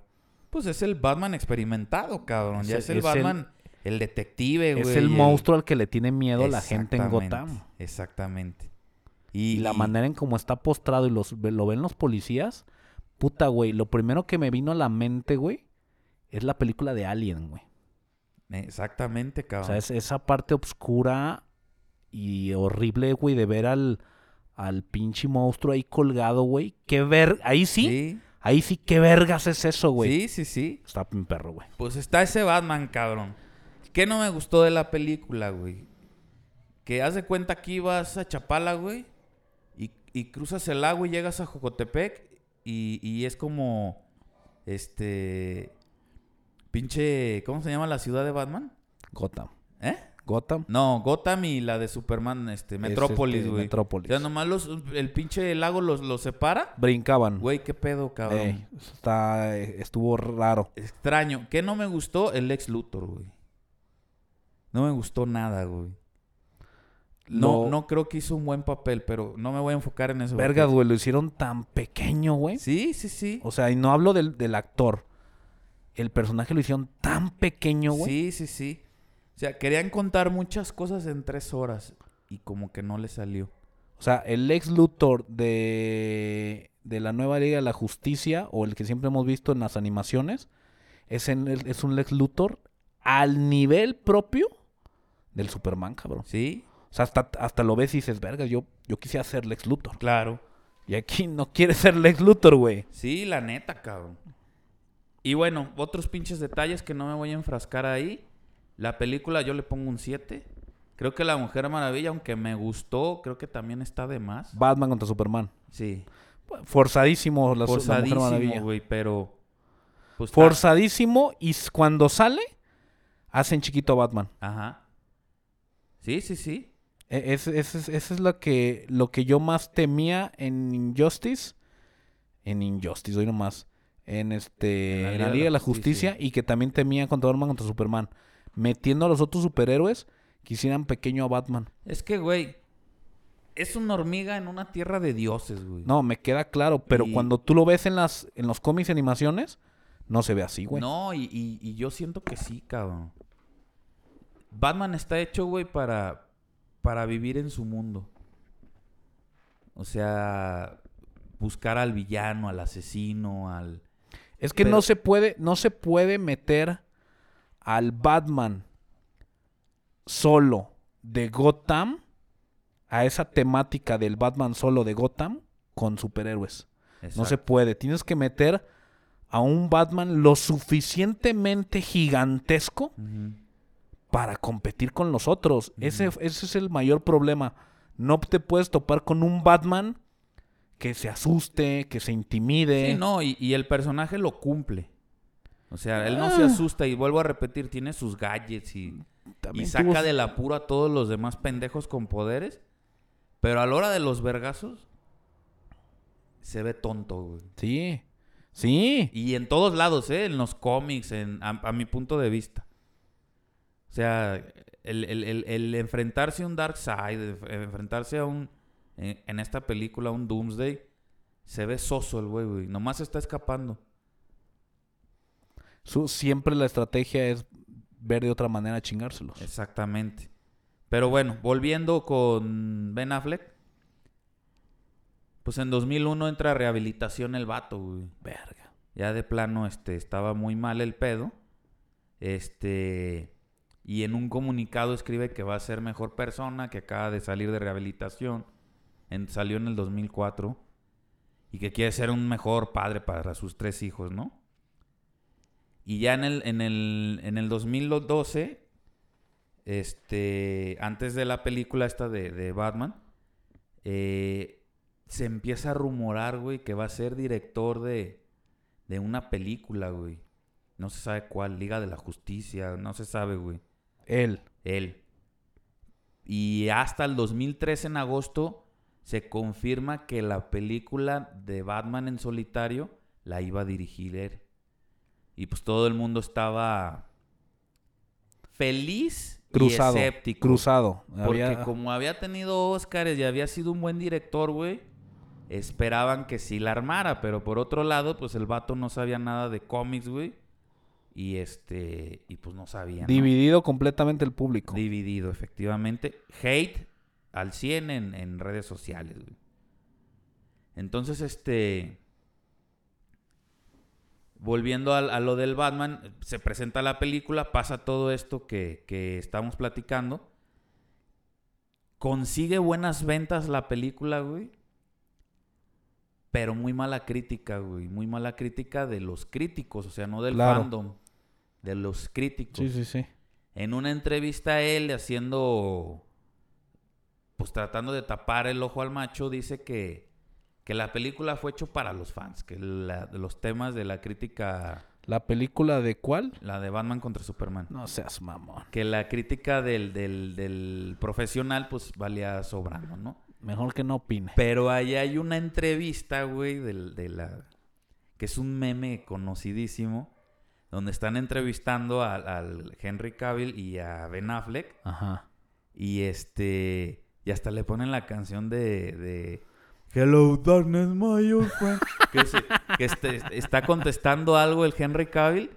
Speaker 2: Pues es el Batman experimentado, cabrón. ya
Speaker 3: Es-
Speaker 2: es el
Speaker 3: es el-
Speaker 2: Batman, el, detective, güey.
Speaker 3: Es el
Speaker 2: y
Speaker 3: monstruo al que le tiene miedo la gente en
Speaker 2: Exactamente,
Speaker 3: Gotham.
Speaker 2: Exactamente.
Speaker 3: Y la manera en cómo está postrado y los, lo ven los policías. Puta, güey. Lo primero que me vino a la mente, güey, es la película de Alien, güey.
Speaker 2: Exactamente,
Speaker 3: O
Speaker 2: cabrón.
Speaker 3: sea, es esa parte oscura y horrible, güey, de ver al, al pinche monstruo ahí colgado, güey. Qué ver... Ahí sí,
Speaker 2: Sí,
Speaker 3: ahí sí, qué vergas es eso, güey.
Speaker 2: sí, sí, sí.
Speaker 3: Está un perro, güey.
Speaker 2: Pues está ese Batman, cabrón. ¿Qué no me gustó de la película, güey? Que haz de cuenta que ibas a Chapala, güey, y, y cruzas el lago y llegas a Jocotepec y, y es como, este, pinche, ¿cómo se llama la ciudad de Batman?
Speaker 3: Gotham.
Speaker 2: ¿Eh?
Speaker 3: Gotham.
Speaker 2: No, Gotham y la de Superman, este, Metrópolis,
Speaker 3: este,
Speaker 2: güey.
Speaker 3: Metrópolis.
Speaker 2: O sea, nomás los, el pinche lago los, los separa.
Speaker 3: Brincaban.
Speaker 2: Güey, qué pedo, cabrón.
Speaker 3: Mm. Ey, eso está, eh, estuvo raro.
Speaker 2: Extraño. ¿Qué no me gustó? El ex Luthor, güey. No me gustó nada, güey. No,
Speaker 3: Lo-
Speaker 2: no creo que hizo un buen papel, pero no me voy a enfocar en eso. güey.
Speaker 3: Vergas, güey, lo hicieron tan pequeño, güey.
Speaker 2: Sí, sí, sí.
Speaker 3: O sea, y no hablo del, del actor. El personaje lo hicieron tan pequeño, güey.
Speaker 2: Sí, sí, sí. O sea, querían contar muchas cosas en tres horas y como que no le salió.
Speaker 3: O sea, el ex Luthor de, de la nueva Liga de la Justicia, o el que siempre hemos visto en las animaciones, es, en el- es un Lex Luthor al nivel propio del Superman, cabrón.
Speaker 2: Sí,
Speaker 3: O sea, hasta, hasta lo ves y dices, verga, yo, yo quisiera ser Lex Luthor.
Speaker 2: claro.
Speaker 3: Y aquí no quiere ser Lex Luthor, güey.
Speaker 2: Sí, la neta, cabrón. Y bueno, otros pinches detalles que no me voy a enfrascar ahí. La película yo le pongo un 7. Creo que La Mujer Maravilla, aunque me gustó, creo que también está de más.
Speaker 3: Batman contra Superman.
Speaker 2: Sí.
Speaker 3: Forzadísimo la, su- la Mujer
Speaker 2: Forzadísimo,
Speaker 3: Maravilla.
Speaker 2: güey, pero... Pues,
Speaker 3: Forzadísimo y s- cuando sale, hacen chiquito a Batman.
Speaker 2: ta- Ajá. Sí, sí, sí.
Speaker 3: E- es- es- es- Eso es, lo, que, lo que yo más temía en Injustice. En Injustice, hoy nomás. En, este, en la, Liga de la Justicia. Y que también temía contra Batman contra Superman. Metiendo a los otros superhéroes que hicieran pequeño a Batman.
Speaker 2: Es que, güey, es una hormiga en una tierra de dioses, güey.
Speaker 3: No, me queda claro. Pero
Speaker 2: Y-
Speaker 3: cuando tú lo ves en, las, en los cómics y animaciones, no se ve así, güey.
Speaker 2: No, y, y- y yo siento que sí, cabrón. Batman está hecho, güey, para, para vivir en su mundo. O sea, buscar al villano, al asesino, al...
Speaker 3: Es que
Speaker 2: Pero-
Speaker 3: no se puede, no se puede meter al Batman solo de Gotham a esa temática del Batman solo de Gotham con superhéroes. No se
Speaker 2: Exacto.
Speaker 3: puede. Tienes que meter a un Batman lo suficientemente gigantesco
Speaker 2: Ujú.
Speaker 3: para competir con los otros. Ese, ese es el mayor problema. No te puedes topar con un Batman que se asuste, que se intimide.
Speaker 2: Sí, no, y, y el personaje lo cumple. O sea, él no
Speaker 3: Ah.
Speaker 2: se asusta y vuelvo a repetir, tiene sus gadgets y, y
Speaker 3: También
Speaker 2: saca
Speaker 3: tuvo-
Speaker 2: del apuro a todos los demás pendejos con poderes. Pero a la hora de los vergazos, se ve tonto, güey.
Speaker 3: Sí. Sí.
Speaker 2: Y en todos lados, ¿eh? En los cómics, en, a, a mi punto de vista. O sea, el, el- el- el enfrentarse a un Darkseid, enf- enfrentarse a un... En, en esta película, un Doomsday, se ve soso el güey, güey. Nomás está escapando.
Speaker 3: Su- siempre la estrategia es ver de otra manera chingárselos.
Speaker 2: Exactamente. Pero bueno, volviendo con Ben Affleck. Pues en 2001 entra a rehabilitación el vato, güey.
Speaker 3: Verga.
Speaker 2: Ya de plano, este, estaba muy mal el pedo. Este. Y en un comunicado escribe que va a ser mejor persona, que acaba de salir de rehabilitación. En- salió en el 2004. Y que quiere ser un mejor padre para sus tres hijos, ¿no? Y ya en el, en el, en el 2012, este, antes de la película esta de, de Batman, eh, se empieza a rumorar, güey, que va a ser director de, de una película, güey. No se sabe cuál, Liga de la Justicia, no se sabe, güey.
Speaker 3: Él.
Speaker 2: Él. Y hasta el 2003, en agosto, se confirma que la película de Batman en solitario la iba a dirigir él. Y pues todo el mundo estaba feliz
Speaker 3: Cruzado.
Speaker 2: y escéptico.
Speaker 3: Cruzado.
Speaker 2: Porque
Speaker 3: Había-
Speaker 2: como había tenido Óscares y había sido un buen director, güey, esperaban que sí la armara, pero por otro lado, pues el vato no sabía nada de cómics, güey. Y este, y pues no sabía. ¿no?
Speaker 3: Dividido completamente el público.
Speaker 2: Dividido, efectivamente. Hate al 100 en, en redes sociales, güey. Entonces, este. Volviendo al- a, lo del Batman, se presenta la película, pasa todo esto que, que estamos platicando. Consigue buenas ventas la película, güey. Pero muy mala crítica, güey. Muy mala crítica de los críticos, o sea, no del
Speaker 3: Claro.
Speaker 2: fandom. De los críticos.
Speaker 3: sí, sí, sí.
Speaker 2: En una entrevista él haciendo, pues tratando de tapar el ojo al macho, dice que, que la película fue hecho para los fans, que la- los temas de la crítica,
Speaker 3: ¿La película de cuál?
Speaker 2: la de Batman contra Superman,
Speaker 3: No seas mamón.
Speaker 2: que la crítica del, del- del profesional pues valía sobrando, ¿no?
Speaker 3: Mejor que no opine.
Speaker 2: Pero ahí hay una entrevista, güey, del- de, la. que es un meme conocidísimo. Donde están entrevistando al- al Henry Cavill y a Ben Affleck.
Speaker 3: Ajá.
Speaker 2: Y este. Y hasta le ponen la canción de. de Hello, darkness, my old friend", Que, se- que este- está contestando algo el Henry Cavill.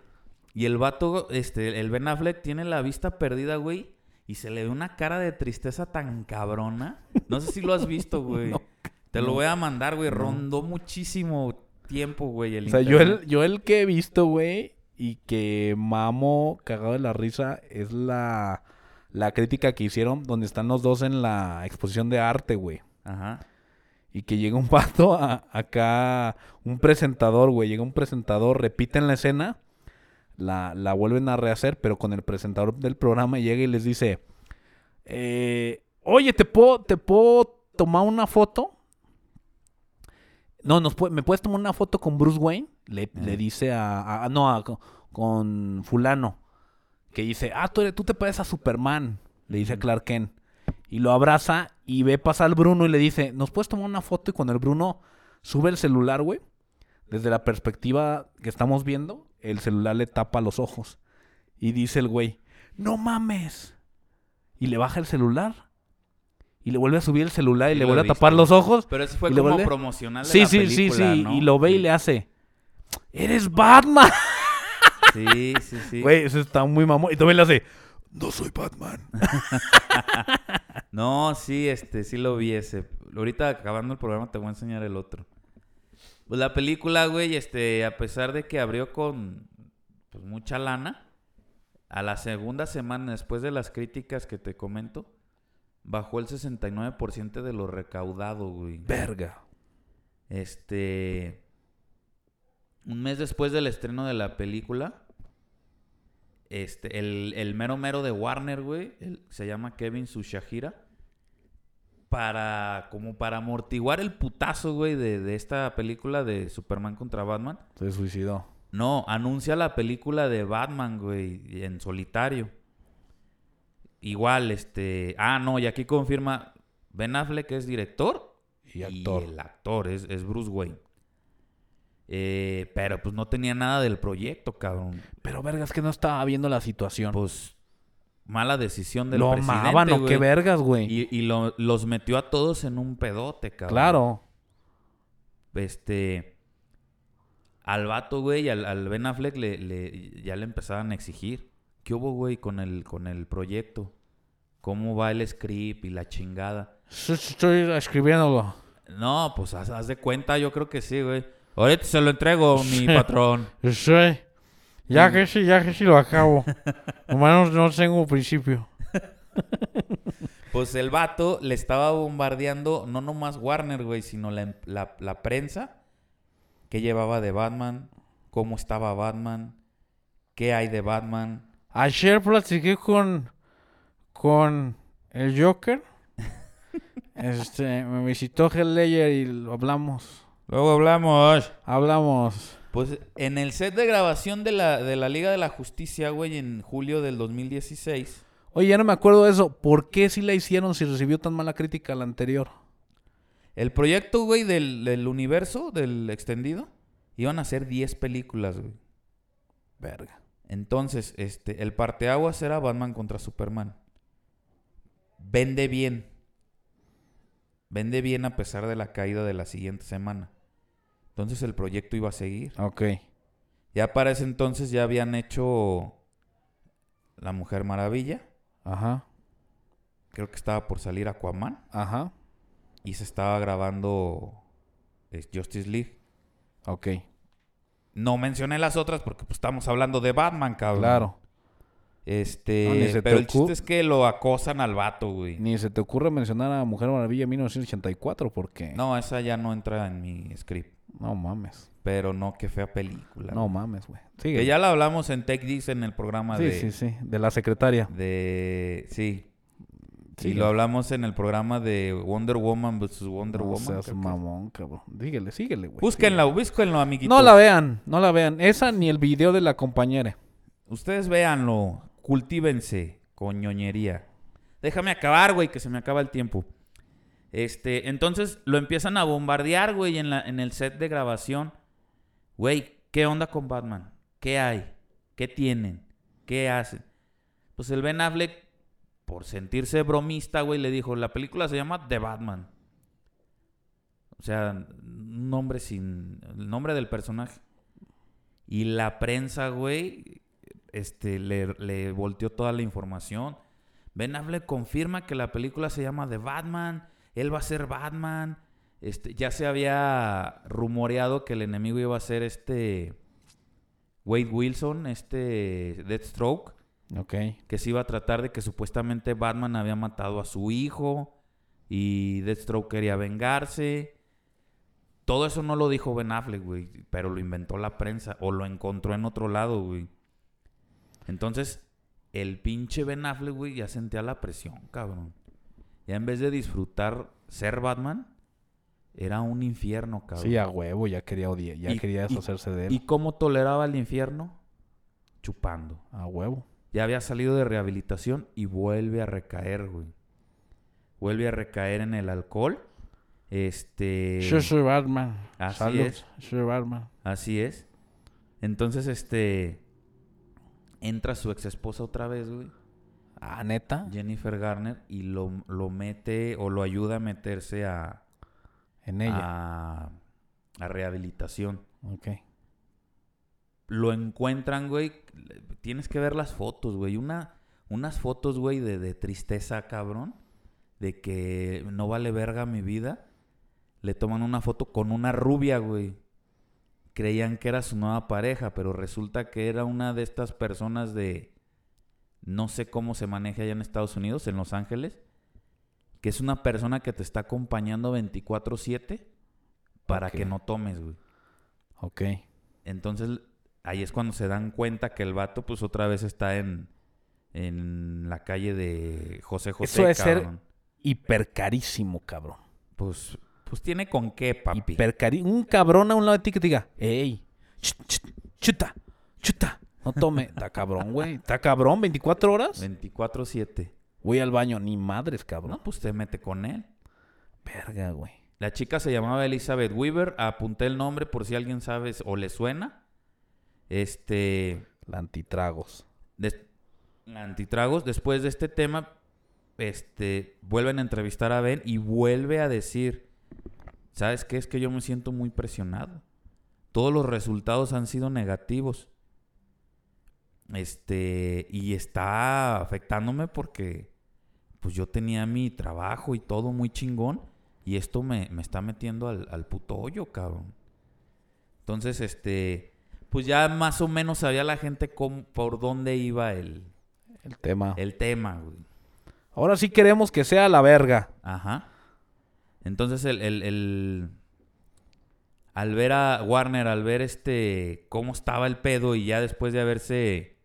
Speaker 2: Y el vato, este, el Ben Affleck tiene la vista perdida, güey. Y se le ve una cara de tristeza tan cabrona. No sé si lo has visto, güey. Te lo voy a mandar, güey. Rondó muchísimo tiempo, güey. El
Speaker 3: O sea, yo el,
Speaker 2: internet.
Speaker 3: yo el que he visto, güey, y que mamo cagado de la risa, es la, la crítica que hicieron donde están los dos en la exposición de arte, güey.
Speaker 2: Ajá.
Speaker 3: Y que llega un pato a- acá, un presentador, güey. Llega un presentador, repiten la escena, la, la vuelven a rehacer, pero con el presentador del programa y llega y les dice, eh, oye, ¿te puedo, ¿te puedo tomar una foto? No, nos pue- ¿me puedes tomar una foto con Bruce Wayne? Le, le dice a, a- a- no, a- con- con fulano, que dice, ah, tú, eres- tú te pareces a Superman, le dice a Clark Kent. Y lo abraza y ve pasar al Bruno y le dice, ¿nos puedes tomar una foto? Y con el Bruno sube el celular, güey. Desde la perspectiva que estamos viendo, el celular le tapa los ojos. Y dice el güey, no mames. Y le baja el celular. Y le vuelve a subir el celular y
Speaker 2: Sí
Speaker 3: le
Speaker 2: lo he
Speaker 3: vuelve a
Speaker 2: visto,
Speaker 3: tapar los ojos.
Speaker 2: Pero ese fue
Speaker 3: ¿Y le
Speaker 2: como
Speaker 3: vuelve?
Speaker 2: promocional de
Speaker 3: Sí,
Speaker 2: la
Speaker 3: sí, sí,
Speaker 2: película,
Speaker 3: sí.
Speaker 2: ¿no?
Speaker 3: Y lo ve y
Speaker 2: Sí.
Speaker 3: le hace, eres Batman.
Speaker 2: Sí, sí, sí.
Speaker 3: Güey, eso está muy mamón. Y también le hace,
Speaker 4: No soy Batman.
Speaker 2: No, sí, este, sí lo vi ese. Ahorita acabando el programa te voy a enseñar el otro. Pues la película, güey, este, a pesar de que abrió con pues, mucha lana, a la segunda semana después de las críticas que te comento, bajó el 69% de lo recaudado, güey.
Speaker 3: verga.
Speaker 2: Este. Un mes después del estreno de la película. Este, el, el mero mero de Warner, güey. el- se llama Kevin Sushahira. Para. como para amortiguar el putazo, güey, de, de esta película de Superman contra Batman.
Speaker 3: Se suicidó.
Speaker 2: No, anuncia la película de Batman, güey, en solitario. Igual, este. Ah, no, y aquí confirma. Ben Affleck es director
Speaker 3: Y actor.
Speaker 2: el actor es, es Bruce Wayne. Eh, pero pues no tenía nada del proyecto, cabrón.
Speaker 3: Pero vergas que no estaba viendo la situación.
Speaker 2: Pues mala decisión del
Speaker 3: lo
Speaker 2: presidente.
Speaker 3: amaban o qué
Speaker 2: güey.
Speaker 3: vergas, güey.
Speaker 2: Y, y lo- los metió a todos en un pedote, cabrón.
Speaker 3: Claro.
Speaker 2: Este. Al vato, güey, al, al Ben Affleck le, le- ya le empezaban a exigir. ¿Qué hubo, güey, con el, con el proyecto? ¿Cómo va el script y la chingada?
Speaker 3: Sí, sí, Estoy escribiéndolo.
Speaker 2: No, pues haz, haz de cuenta, yo creo que sí, güey. Ahorita se lo entrego, mi patrón.
Speaker 3: Sí.
Speaker 2: Mm.
Speaker 3: Ya que sí, ya que sí lo acabo. Hermanos, no tengo principio.
Speaker 2: Pues el vato le estaba bombardeando no nomás Warner, güey, sino la, la- la prensa que llevaba de Batman, cómo estaba Batman, qué hay de Batman.
Speaker 3: Ayer platiqué con. con. el Joker. Este, me visitó Hell Ledger y lo hablamos.
Speaker 2: Luego hablamos.
Speaker 3: Hablamos.
Speaker 2: Pues en el set de grabación de la, de la Liga de la Justicia, güey, en julio del 2016,
Speaker 3: Oye, ya no me acuerdo de eso. ¿Por qué sí la hicieron si recibió tan mala crítica la anterior?
Speaker 2: el proyecto, güey, del, del universo, del extendido, iban a ser 10 películas, güey.
Speaker 3: Verga.
Speaker 2: Entonces, este, el parteaguas era Batman contra Superman. Vende bien. Vende bien a pesar de la caída de la siguiente semana. Entonces el proyecto iba a seguir.
Speaker 3: Ok.
Speaker 2: Ya para ese entonces ya habían hecho La Mujer Maravilla.
Speaker 3: Ajá.
Speaker 2: Creo que estaba por salir Aquaman.
Speaker 3: Ajá.
Speaker 2: Y se estaba grabando eh, Justice League.
Speaker 3: Ok.
Speaker 2: No mencioné las otras porque pues, estamos hablando de Batman, cabrón.
Speaker 3: Claro. No, ni
Speaker 2: Este,
Speaker 3: se
Speaker 2: pero
Speaker 3: te
Speaker 2: el chiste
Speaker 3: ocu-
Speaker 2: es que lo acosan al vato, güey.
Speaker 3: Ni se te ocurre mencionar a Mujer Maravilla 1984 porque...
Speaker 2: No, esa ya no entra en mi script.
Speaker 3: No mames.
Speaker 2: Pero no, qué fea película.
Speaker 3: No mames, güey.
Speaker 2: Que
Speaker 3: Sigue.
Speaker 2: ya la hablamos en Tech Dix en el programa
Speaker 3: Sí,
Speaker 2: de...
Speaker 3: sí, sí. De la secretaria.
Speaker 2: de- sí.
Speaker 3: Sí.
Speaker 2: Y lo hablamos en el programa de Wonder Woman vs. Wonder
Speaker 3: No
Speaker 2: Woman.
Speaker 3: seas
Speaker 2: creo que es.
Speaker 3: mamón, cabrón. Síguele, síguele, güey.
Speaker 2: Búsquenla, búsquenlo, amiguitos.
Speaker 3: No la vean, no la vean. Esa ni el video de la compañera.
Speaker 2: Ustedes véanlo, cultívense, coñoñería. Déjame acabar, güey, que se me acaba el tiempo. Este, entonces lo empiezan a bombardear, güey, en, la- en el set de grabación. Güey, ¿qué onda con Batman? ¿Qué hay? ¿Qué tienen? ¿Qué hacen? Pues el Ben Affleck, por sentirse bromista, güey, le dijo, la película se llama The Batman. O sea, un nombre sin... el nombre del personaje. Y la prensa, güey, este, le, le volteó toda la información. Ben Affleck confirma que la película se llama The Batman. Él va a ser Batman. Este, ya se había rumoreado que el enemigo iba a ser este Wade Wilson, este Deathstroke,
Speaker 3: Ok.
Speaker 2: que se iba a tratar de que supuestamente Batman había matado a su hijo y Deathstroke quería vengarse. Todo eso no lo dijo Ben Affleck, güey, pero lo inventó la prensa o lo encontró en otro lado, güey. Entonces, el pinche Ben Affleck, güey, ya sentía la presión, cabrón. Ya en vez de disfrutar ser Batman, era un infierno, cabrón.
Speaker 3: Sí, a huevo, ya quería odiar, ya
Speaker 2: Y-
Speaker 3: quería
Speaker 2: y-
Speaker 3: deshacerse de él.
Speaker 2: ¿Y cómo toleraba el infierno? Chupando.
Speaker 3: A huevo.
Speaker 2: Ya había salido de rehabilitación y vuelve a recaer, güey. Vuelve a recaer en el alcohol. Este.
Speaker 3: Yo soy Batman.
Speaker 2: Así
Speaker 3: Salud.
Speaker 2: es.
Speaker 3: Soy Batman.
Speaker 2: Así es. Entonces, este. Entra su ex esposa otra vez, güey.
Speaker 3: Ah, neta.
Speaker 2: Jennifer Garner. Y lo, lo mete o lo ayuda a meterse a.
Speaker 3: En ella.
Speaker 2: A, a rehabilitación.
Speaker 3: Ok.
Speaker 2: Lo encuentran, güey. Tienes que ver las fotos, güey. Una, unas fotos, güey, de, de tristeza, cabrón. De que no vale verga mi vida. Le toman una foto con una rubia, güey. Creían que era su nueva pareja, pero resulta que era una de estas personas de... No sé cómo se maneja allá en Estados Unidos, en Los Ángeles. Que es una persona que te está acompañando 24/7 para
Speaker 3: Ok.
Speaker 2: que no tomes, güey.
Speaker 3: Ok.
Speaker 2: Entonces, ahí es cuando se dan cuenta que el vato, pues otra vez está en, en la calle de José José.
Speaker 3: Eso debe ser-
Speaker 2: cabrón.
Speaker 3: Hipercarísimo, cabrón.
Speaker 2: Pues, pues tiene con qué, papi.
Speaker 3: Hipercari- Un cabrón a un lado de ti que te diga, ¡Ey! chut, chut, ¡Chuta! ¡Chuta! No tome. Está cabrón, güey. Está cabrón, 24 horas.
Speaker 2: 24-7.
Speaker 3: Voy al baño. Ni madres, cabrón.
Speaker 2: No, pues te mete con él.
Speaker 3: Verga, güey.
Speaker 2: La chica se llamaba Elizabeth Weaver. Apunté el nombre por si alguien sabe o le suena. Este.
Speaker 3: La antitragos.
Speaker 2: des- antitragos. Después de este tema, este, vuelven a entrevistar a Ben y vuelve a decir, ¿sabes qué? Es que yo me siento muy presionado. Todos los resultados han sido negativos. Este, y está afectándome porque pues yo tenía mi trabajo y todo muy chingón y esto me, me está metiendo al, al puto hoyo, cabrón. Entonces, este, pues ya más o menos sabía la gente cómo- por dónde iba el,
Speaker 3: El tema.
Speaker 2: el tema, güey.
Speaker 3: Ahora sí queremos que sea la verga.
Speaker 2: Ajá. Entonces el, el- el- al ver a Warner, al ver este cómo estaba el pedo y ya después de haberse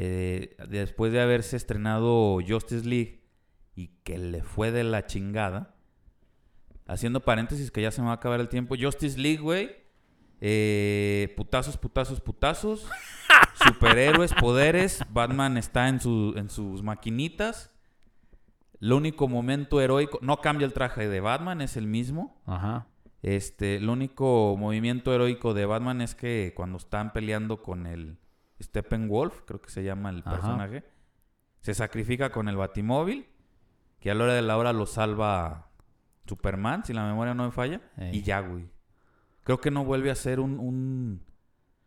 Speaker 2: eh, después de haberse estrenado Justice League y que le fue de la chingada. Haciendo paréntesis que ya se me va a acabar el tiempo. Justice League, güey. eh, putazos, putazos, putazos. Superhéroes, poderes. Batman está en, su- en sus maquinitas. Lo único momento heroico, no cambia el traje de Batman, es el mismo.
Speaker 3: Ajá.
Speaker 2: Este, el único movimiento heroico de Batman es que cuando están peleando con el Steppenwolf, creo que se llama el
Speaker 3: Ajá.
Speaker 2: personaje, se sacrifica con el Batimóvil, que a la hora de la hora lo salva Superman, si la memoria no me falla.
Speaker 3: Ey.
Speaker 2: Y ya, güey. Creo que no vuelve a ser un, un-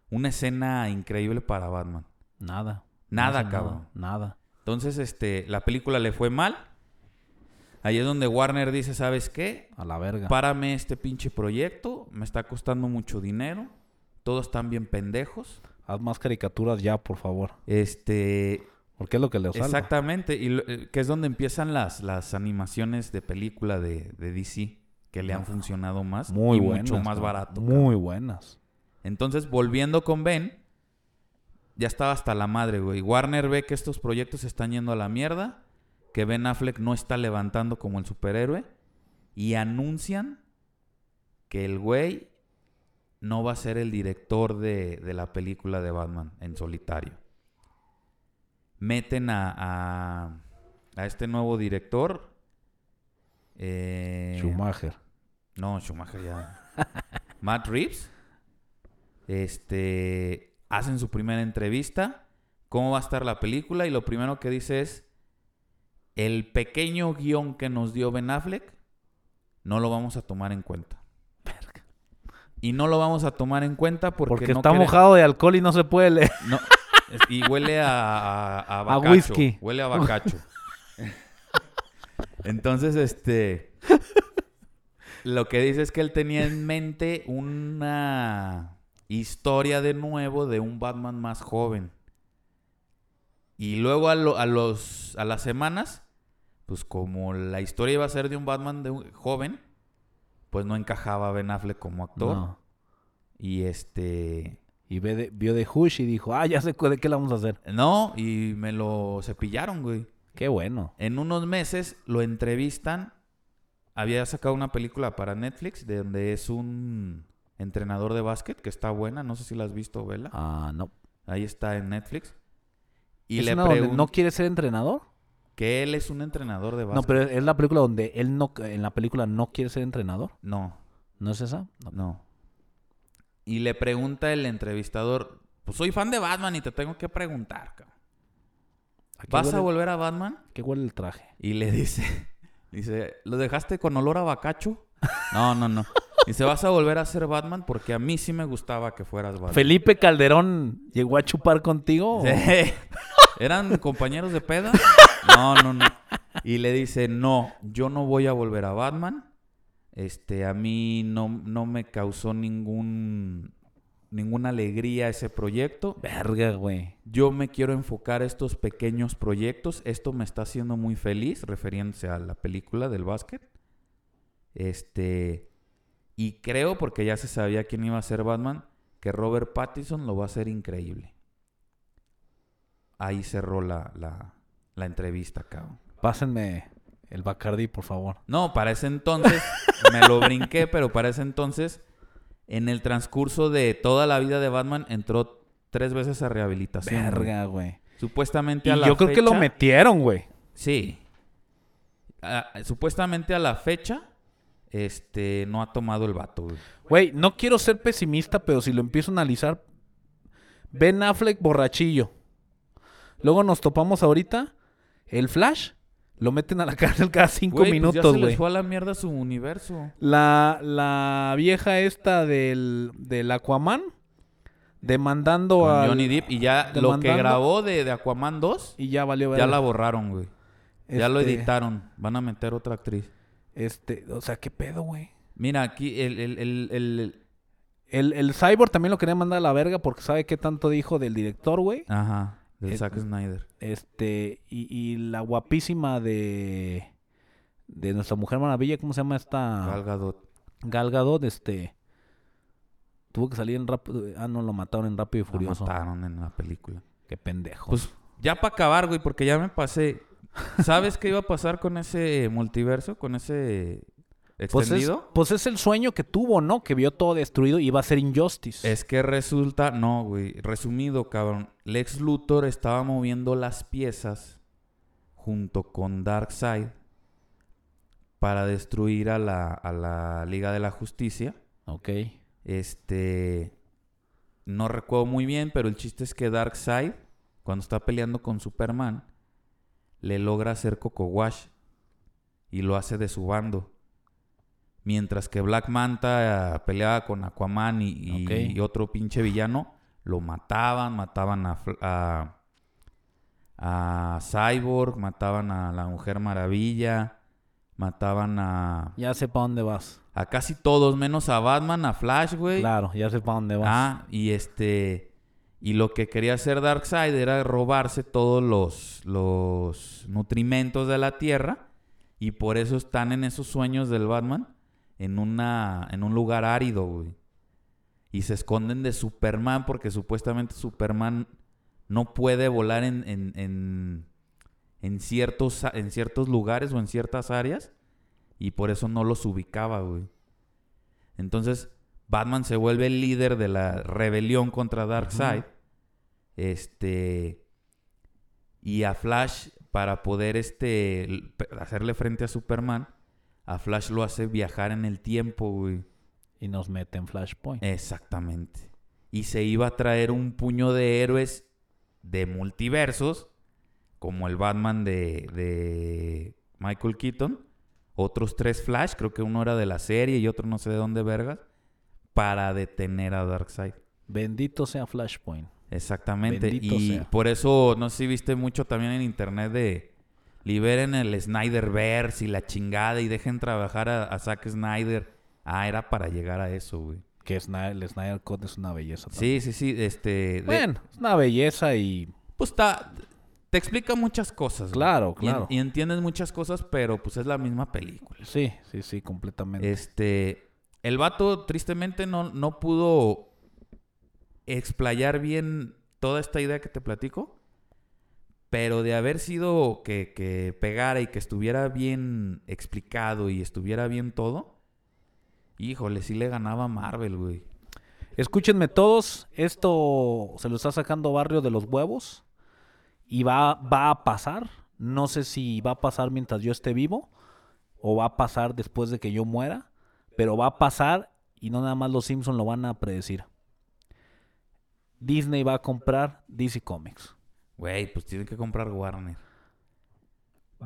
Speaker 2: una escena increíble para Batman.
Speaker 3: Nada.
Speaker 2: Nada,
Speaker 3: No hace
Speaker 2: cabrón.
Speaker 3: Nada.
Speaker 2: Entonces, este, la película le fue mal. Ahí es donde Warner dice, ¿sabes qué?
Speaker 3: A la verga.
Speaker 2: Párame este pinche proyecto, me está costando mucho dinero, todos están bien pendejos.
Speaker 3: Haz más caricaturas ya, por favor.
Speaker 2: Este,
Speaker 3: Porque es lo que le salva.
Speaker 2: exactamente, y lo- eh, que es donde empiezan las, las animaciones de película de, de DC que le han funcionado más
Speaker 3: Muy
Speaker 2: y
Speaker 3: buenas.
Speaker 2: mucho más
Speaker 3: cabrón.
Speaker 2: barato.
Speaker 3: Muy buenas.
Speaker 2: Entonces, volviendo con Ben, ya estaba hasta la madre, güey. Warner ve que estos proyectos se están yendo a la mierda, que Ben Affleck no está levantando como el superhéroe, y anuncian que el güey no va a ser el director de, de la película de Batman en solitario. Meten a, a, a este nuevo director. eh,
Speaker 3: Schumacher.
Speaker 2: no, Schumacher ya. Matt Reeves. Este. Hacen su primera entrevista. ¿Cómo va a estar la película? Y lo primero que dice es. El pequeño guión que nos dio Ben Affleck. No lo vamos a tomar en cuenta. Y no lo vamos a tomar en cuenta porque.
Speaker 3: Porque
Speaker 2: no
Speaker 3: está
Speaker 2: quere-
Speaker 3: mojado de alcohol y no se puede leer.
Speaker 2: no. Es- Y huele a, a, a bacacho.
Speaker 3: whisky.
Speaker 2: Huele a bacacho. Entonces, este. Lo que dice es que él tenía en mente una historia de nuevo de un Batman más joven. Y luego a, lo- a los, a las semanas, pues como la historia iba a ser de un Batman de un- joven, pues no encajaba Ben Affleck como actor.
Speaker 3: No.
Speaker 2: Y este.
Speaker 3: Y ve de- vio de Hush y dijo, ah, ya sé cu- de qué la vamos a hacer.
Speaker 2: No, y me lo cepillaron, güey.
Speaker 3: Qué bueno.
Speaker 2: En unos meses lo entrevistan. Había sacado una película para Netflix de donde es un entrenador de básquet que está buena. No sé si la has visto, Vela.
Speaker 3: Ah, no.
Speaker 2: Ahí está en Netflix. Y
Speaker 3: ¿Es
Speaker 2: le
Speaker 3: una donde
Speaker 2: preguntan
Speaker 3: ¿No quiere ser entrenador?
Speaker 2: que él es un entrenador de
Speaker 3: No,
Speaker 2: básquet.
Speaker 3: pero es la película donde él no, en la película no quiere ser entrenador.
Speaker 2: No,
Speaker 3: ¿No es esa? No.
Speaker 2: no. Y le pregunta el entrevistador, pues soy fan de Batman y te tengo que preguntar, cabrón.
Speaker 3: ¿A qué
Speaker 2: ¿Vas
Speaker 3: huele,
Speaker 2: a volver a Batman?
Speaker 3: ¿Qué huele el traje?
Speaker 2: Y le dice, dice, ¿lo dejaste con olor a bacacho? No, no, no. Dice, vas a volver a ser Batman porque a mí sí me gustaba que fueras Batman.
Speaker 3: ¿Felipe Calderón llegó a chupar contigo?
Speaker 2: Sí. ¿Eran compañeros de peda? No, no, no. Y le dice, no, yo no voy a volver a Batman. Este, a mí no, no me causó ningún, ninguna alegría ese proyecto.
Speaker 3: Verga, güey.
Speaker 2: Yo me quiero enfocar a estos pequeños proyectos. Esto me está haciendo muy feliz, refiriéndose a la película del básquet. Este. Y creo, porque ya se sabía quién iba a ser Batman, que Robert Pattinson lo va a hacer increíble. Ahí cerró la, la, la entrevista, cabrón.
Speaker 3: Pásenme el Bacardi, por favor.
Speaker 2: No, para ese entonces, me lo brinqué, pero para ese entonces, en el transcurso de toda la vida de Batman, entró tres veces a rehabilitación. güey.
Speaker 3: Verga, güey.
Speaker 2: Supuestamente
Speaker 3: Y
Speaker 2: a la
Speaker 3: yo creo que lo
Speaker 2: fecha-
Speaker 3: metieron, güey.
Speaker 2: Sí. Ah, supuestamente a la fecha, este, no ha tomado el vato, güey.
Speaker 3: Güey, no quiero ser pesimista, pero si lo empiezo a analizar. Ben Affleck borrachillo. Luego nos topamos ahorita. El Flash. Lo meten a la cárcel cada cinco
Speaker 2: Güey, pues ya
Speaker 3: minutos,
Speaker 2: se les
Speaker 3: güey.
Speaker 2: fue a la mierda su universo.
Speaker 3: La, la vieja esta del, del Aquaman. Demandando
Speaker 2: Con
Speaker 3: a.
Speaker 2: Johnny Depp. Y ya lo que
Speaker 3: demandando-
Speaker 2: grabó de, de Aquaman 2,
Speaker 3: Y ya valió
Speaker 2: ya
Speaker 3: verga.
Speaker 2: la borraron, güey. Ya lo
Speaker 3: Este-
Speaker 2: editaron. Van a meter otra actriz.
Speaker 3: Este, o sea, qué pedo, güey.
Speaker 2: Mira, aquí el... el- el- el-
Speaker 3: El, el Cyborg también lo quería mandar a la verga porque sabe qué tanto dijo del director, güey.
Speaker 2: Ajá, del
Speaker 3: Eh,
Speaker 2: Zack Snyder.
Speaker 3: Este, y, y la guapísima de. De nuestra Mujer Maravilla, ¿cómo se llama
Speaker 2: Gal
Speaker 3: esta?
Speaker 2: Gadot.
Speaker 3: Gal Gadot, este. Tuvo que salir en rápido. Ah, no, lo mataron en rápido y
Speaker 2: La
Speaker 3: furioso.
Speaker 2: mataron en la película.
Speaker 3: Qué pendejo.
Speaker 2: Pues ya para acabar, güey, porque ya me pasé. ¿Sabes qué iba a pasar con ese multiverso? Con ese
Speaker 3: Pues es,
Speaker 2: extendido.
Speaker 3: pues es el sueño que tuvo, ¿no? Que vio todo destruido y iba a ser Injustice.
Speaker 2: Es que resulta, no, güey, resumido, cabrón. Lex Luthor estaba moviendo las piezas junto con Darkseid para destruir a la, a la Liga de la Justicia.
Speaker 3: Ok.
Speaker 2: Este. No recuerdo muy bien, pero el chiste es que Darkseid, cuando está peleando con Superman, le logra hacer Coco Wash y lo hace de su bando. Mientras que Black Manta eh, peleaba con Aquaman y, y-
Speaker 3: Ok.
Speaker 2: y otro pinche villano, lo mataban, mataban a, Fl- a, a Cyborg, mataban a la Mujer Maravilla, mataban a,
Speaker 3: Ya sé para dónde vas.
Speaker 2: a casi todos, menos a Batman, a Flash, güey.
Speaker 3: Claro, ya sé para dónde vas.
Speaker 2: Ah, y este. Y lo que quería hacer Darkseid era robarse todos los, los nutrimentos de la Tierra. Y por eso están en esos sueños del Batman. En, una, en un lugar árido, güey. Y se esconden de Superman porque supuestamente Superman no puede volar en, en, en, en ciertos, a- en ciertos lugares o en ciertas áreas. Y por eso no los ubicaba, güey. Entonces, Batman se vuelve el líder de la rebelión contra Darkseid. Este. Y a Flash, para poder este, l- pe- hacerle frente a Superman, a Flash lo hace viajar en el tiempo, güey.
Speaker 3: Y nos mete en Flashpoint.
Speaker 2: Exactamente. Y se iba a traer un puño de héroes de multiversos, como el Batman de, de Michael Keaton, otros tres Flash, creo que uno era de la serie y otro no sé de dónde vergas, para detener a Darkseid.
Speaker 3: Bendito sea Flashpoint.
Speaker 2: Exactamente.
Speaker 3: Bendito
Speaker 2: y
Speaker 3: sea.
Speaker 2: por eso, no sé si viste mucho también en internet de liberen el Snyderverse y la chingada y dejen trabajar a, a Zack Snyder. Ah, era para llegar a eso, güey.
Speaker 3: Que Snyder, el Snyder Cut es una belleza. también.
Speaker 2: Sí, sí, sí. Este, de-
Speaker 3: Bueno, es una belleza y
Speaker 2: pues ta- te explica muchas cosas. güey.
Speaker 3: Claro,
Speaker 2: Y en-
Speaker 3: claro.
Speaker 2: Y, entiendes muchas cosas, pero pues es la misma película.
Speaker 3: sí, sí, sí, completamente.
Speaker 2: Este, el vato tristemente no, no pudo explayar bien toda esta idea que te platico. Pero de haber sido que, que pegara y que estuviera bien explicado y estuviera bien todo, híjole, sí le ganaba a Marvel, güey.
Speaker 3: Escúchenme todos, esto se lo está sacando Barrio de los Huevos y va, va a pasar. No sé si va a pasar mientras yo esté vivo o va a pasar después de que yo muera, pero va a pasar y no nada más los Simpson lo van a predecir. Disney va a comprar DC Comics.
Speaker 2: Güey, pues tienen que comprar Warner.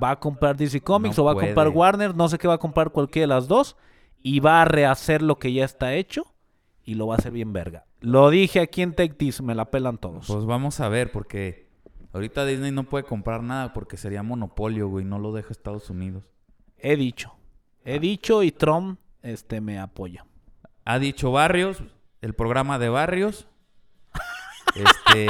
Speaker 3: va a comprar DC Comics
Speaker 2: No
Speaker 3: o va a comprar
Speaker 2: puede.
Speaker 3: Warner, no sé qué va a comprar cualquiera de las dos y va a rehacer lo que ya está hecho y lo va a hacer bien verga. Lo dije aquí en Tech This, me la pelan todos.
Speaker 2: Pues vamos a ver, porque ahorita Disney no puede comprar nada porque sería monopolio, güey. No lo deja Estados Unidos.
Speaker 3: He dicho, he dicho y Trump este me apoya.
Speaker 2: Ha dicho Barrios, el programa de Barrios. Este,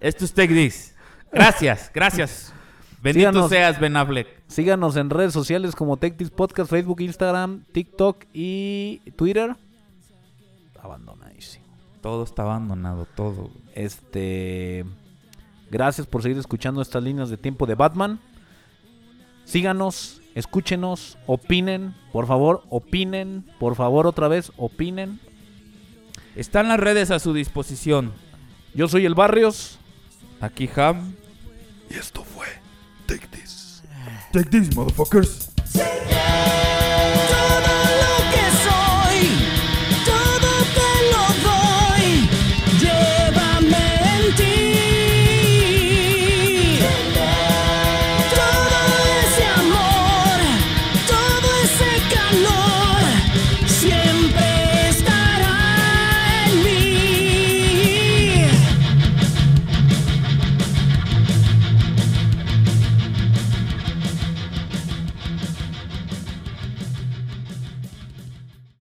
Speaker 2: esto es Tech Dis. Gracias, gracias. Bendito
Speaker 3: Síganos.
Speaker 2: seas, Ben Affleck.
Speaker 3: Síganos en redes sociales como Tech This Podcast, Facebook, Instagram, TikTok y Twitter. Abandonadísimo.
Speaker 2: Todo está abandonado, todo.
Speaker 3: Este. Gracias por seguir escuchando estas líneas de tiempo de Batman. Síganos, escúchenos, opinen, por favor, opinen, por favor, otra vez, opinen.
Speaker 2: Están las redes a su disposición.
Speaker 3: Yo soy el Barrios.
Speaker 2: Aquí Ham.
Speaker 4: Take this, motherfuckers.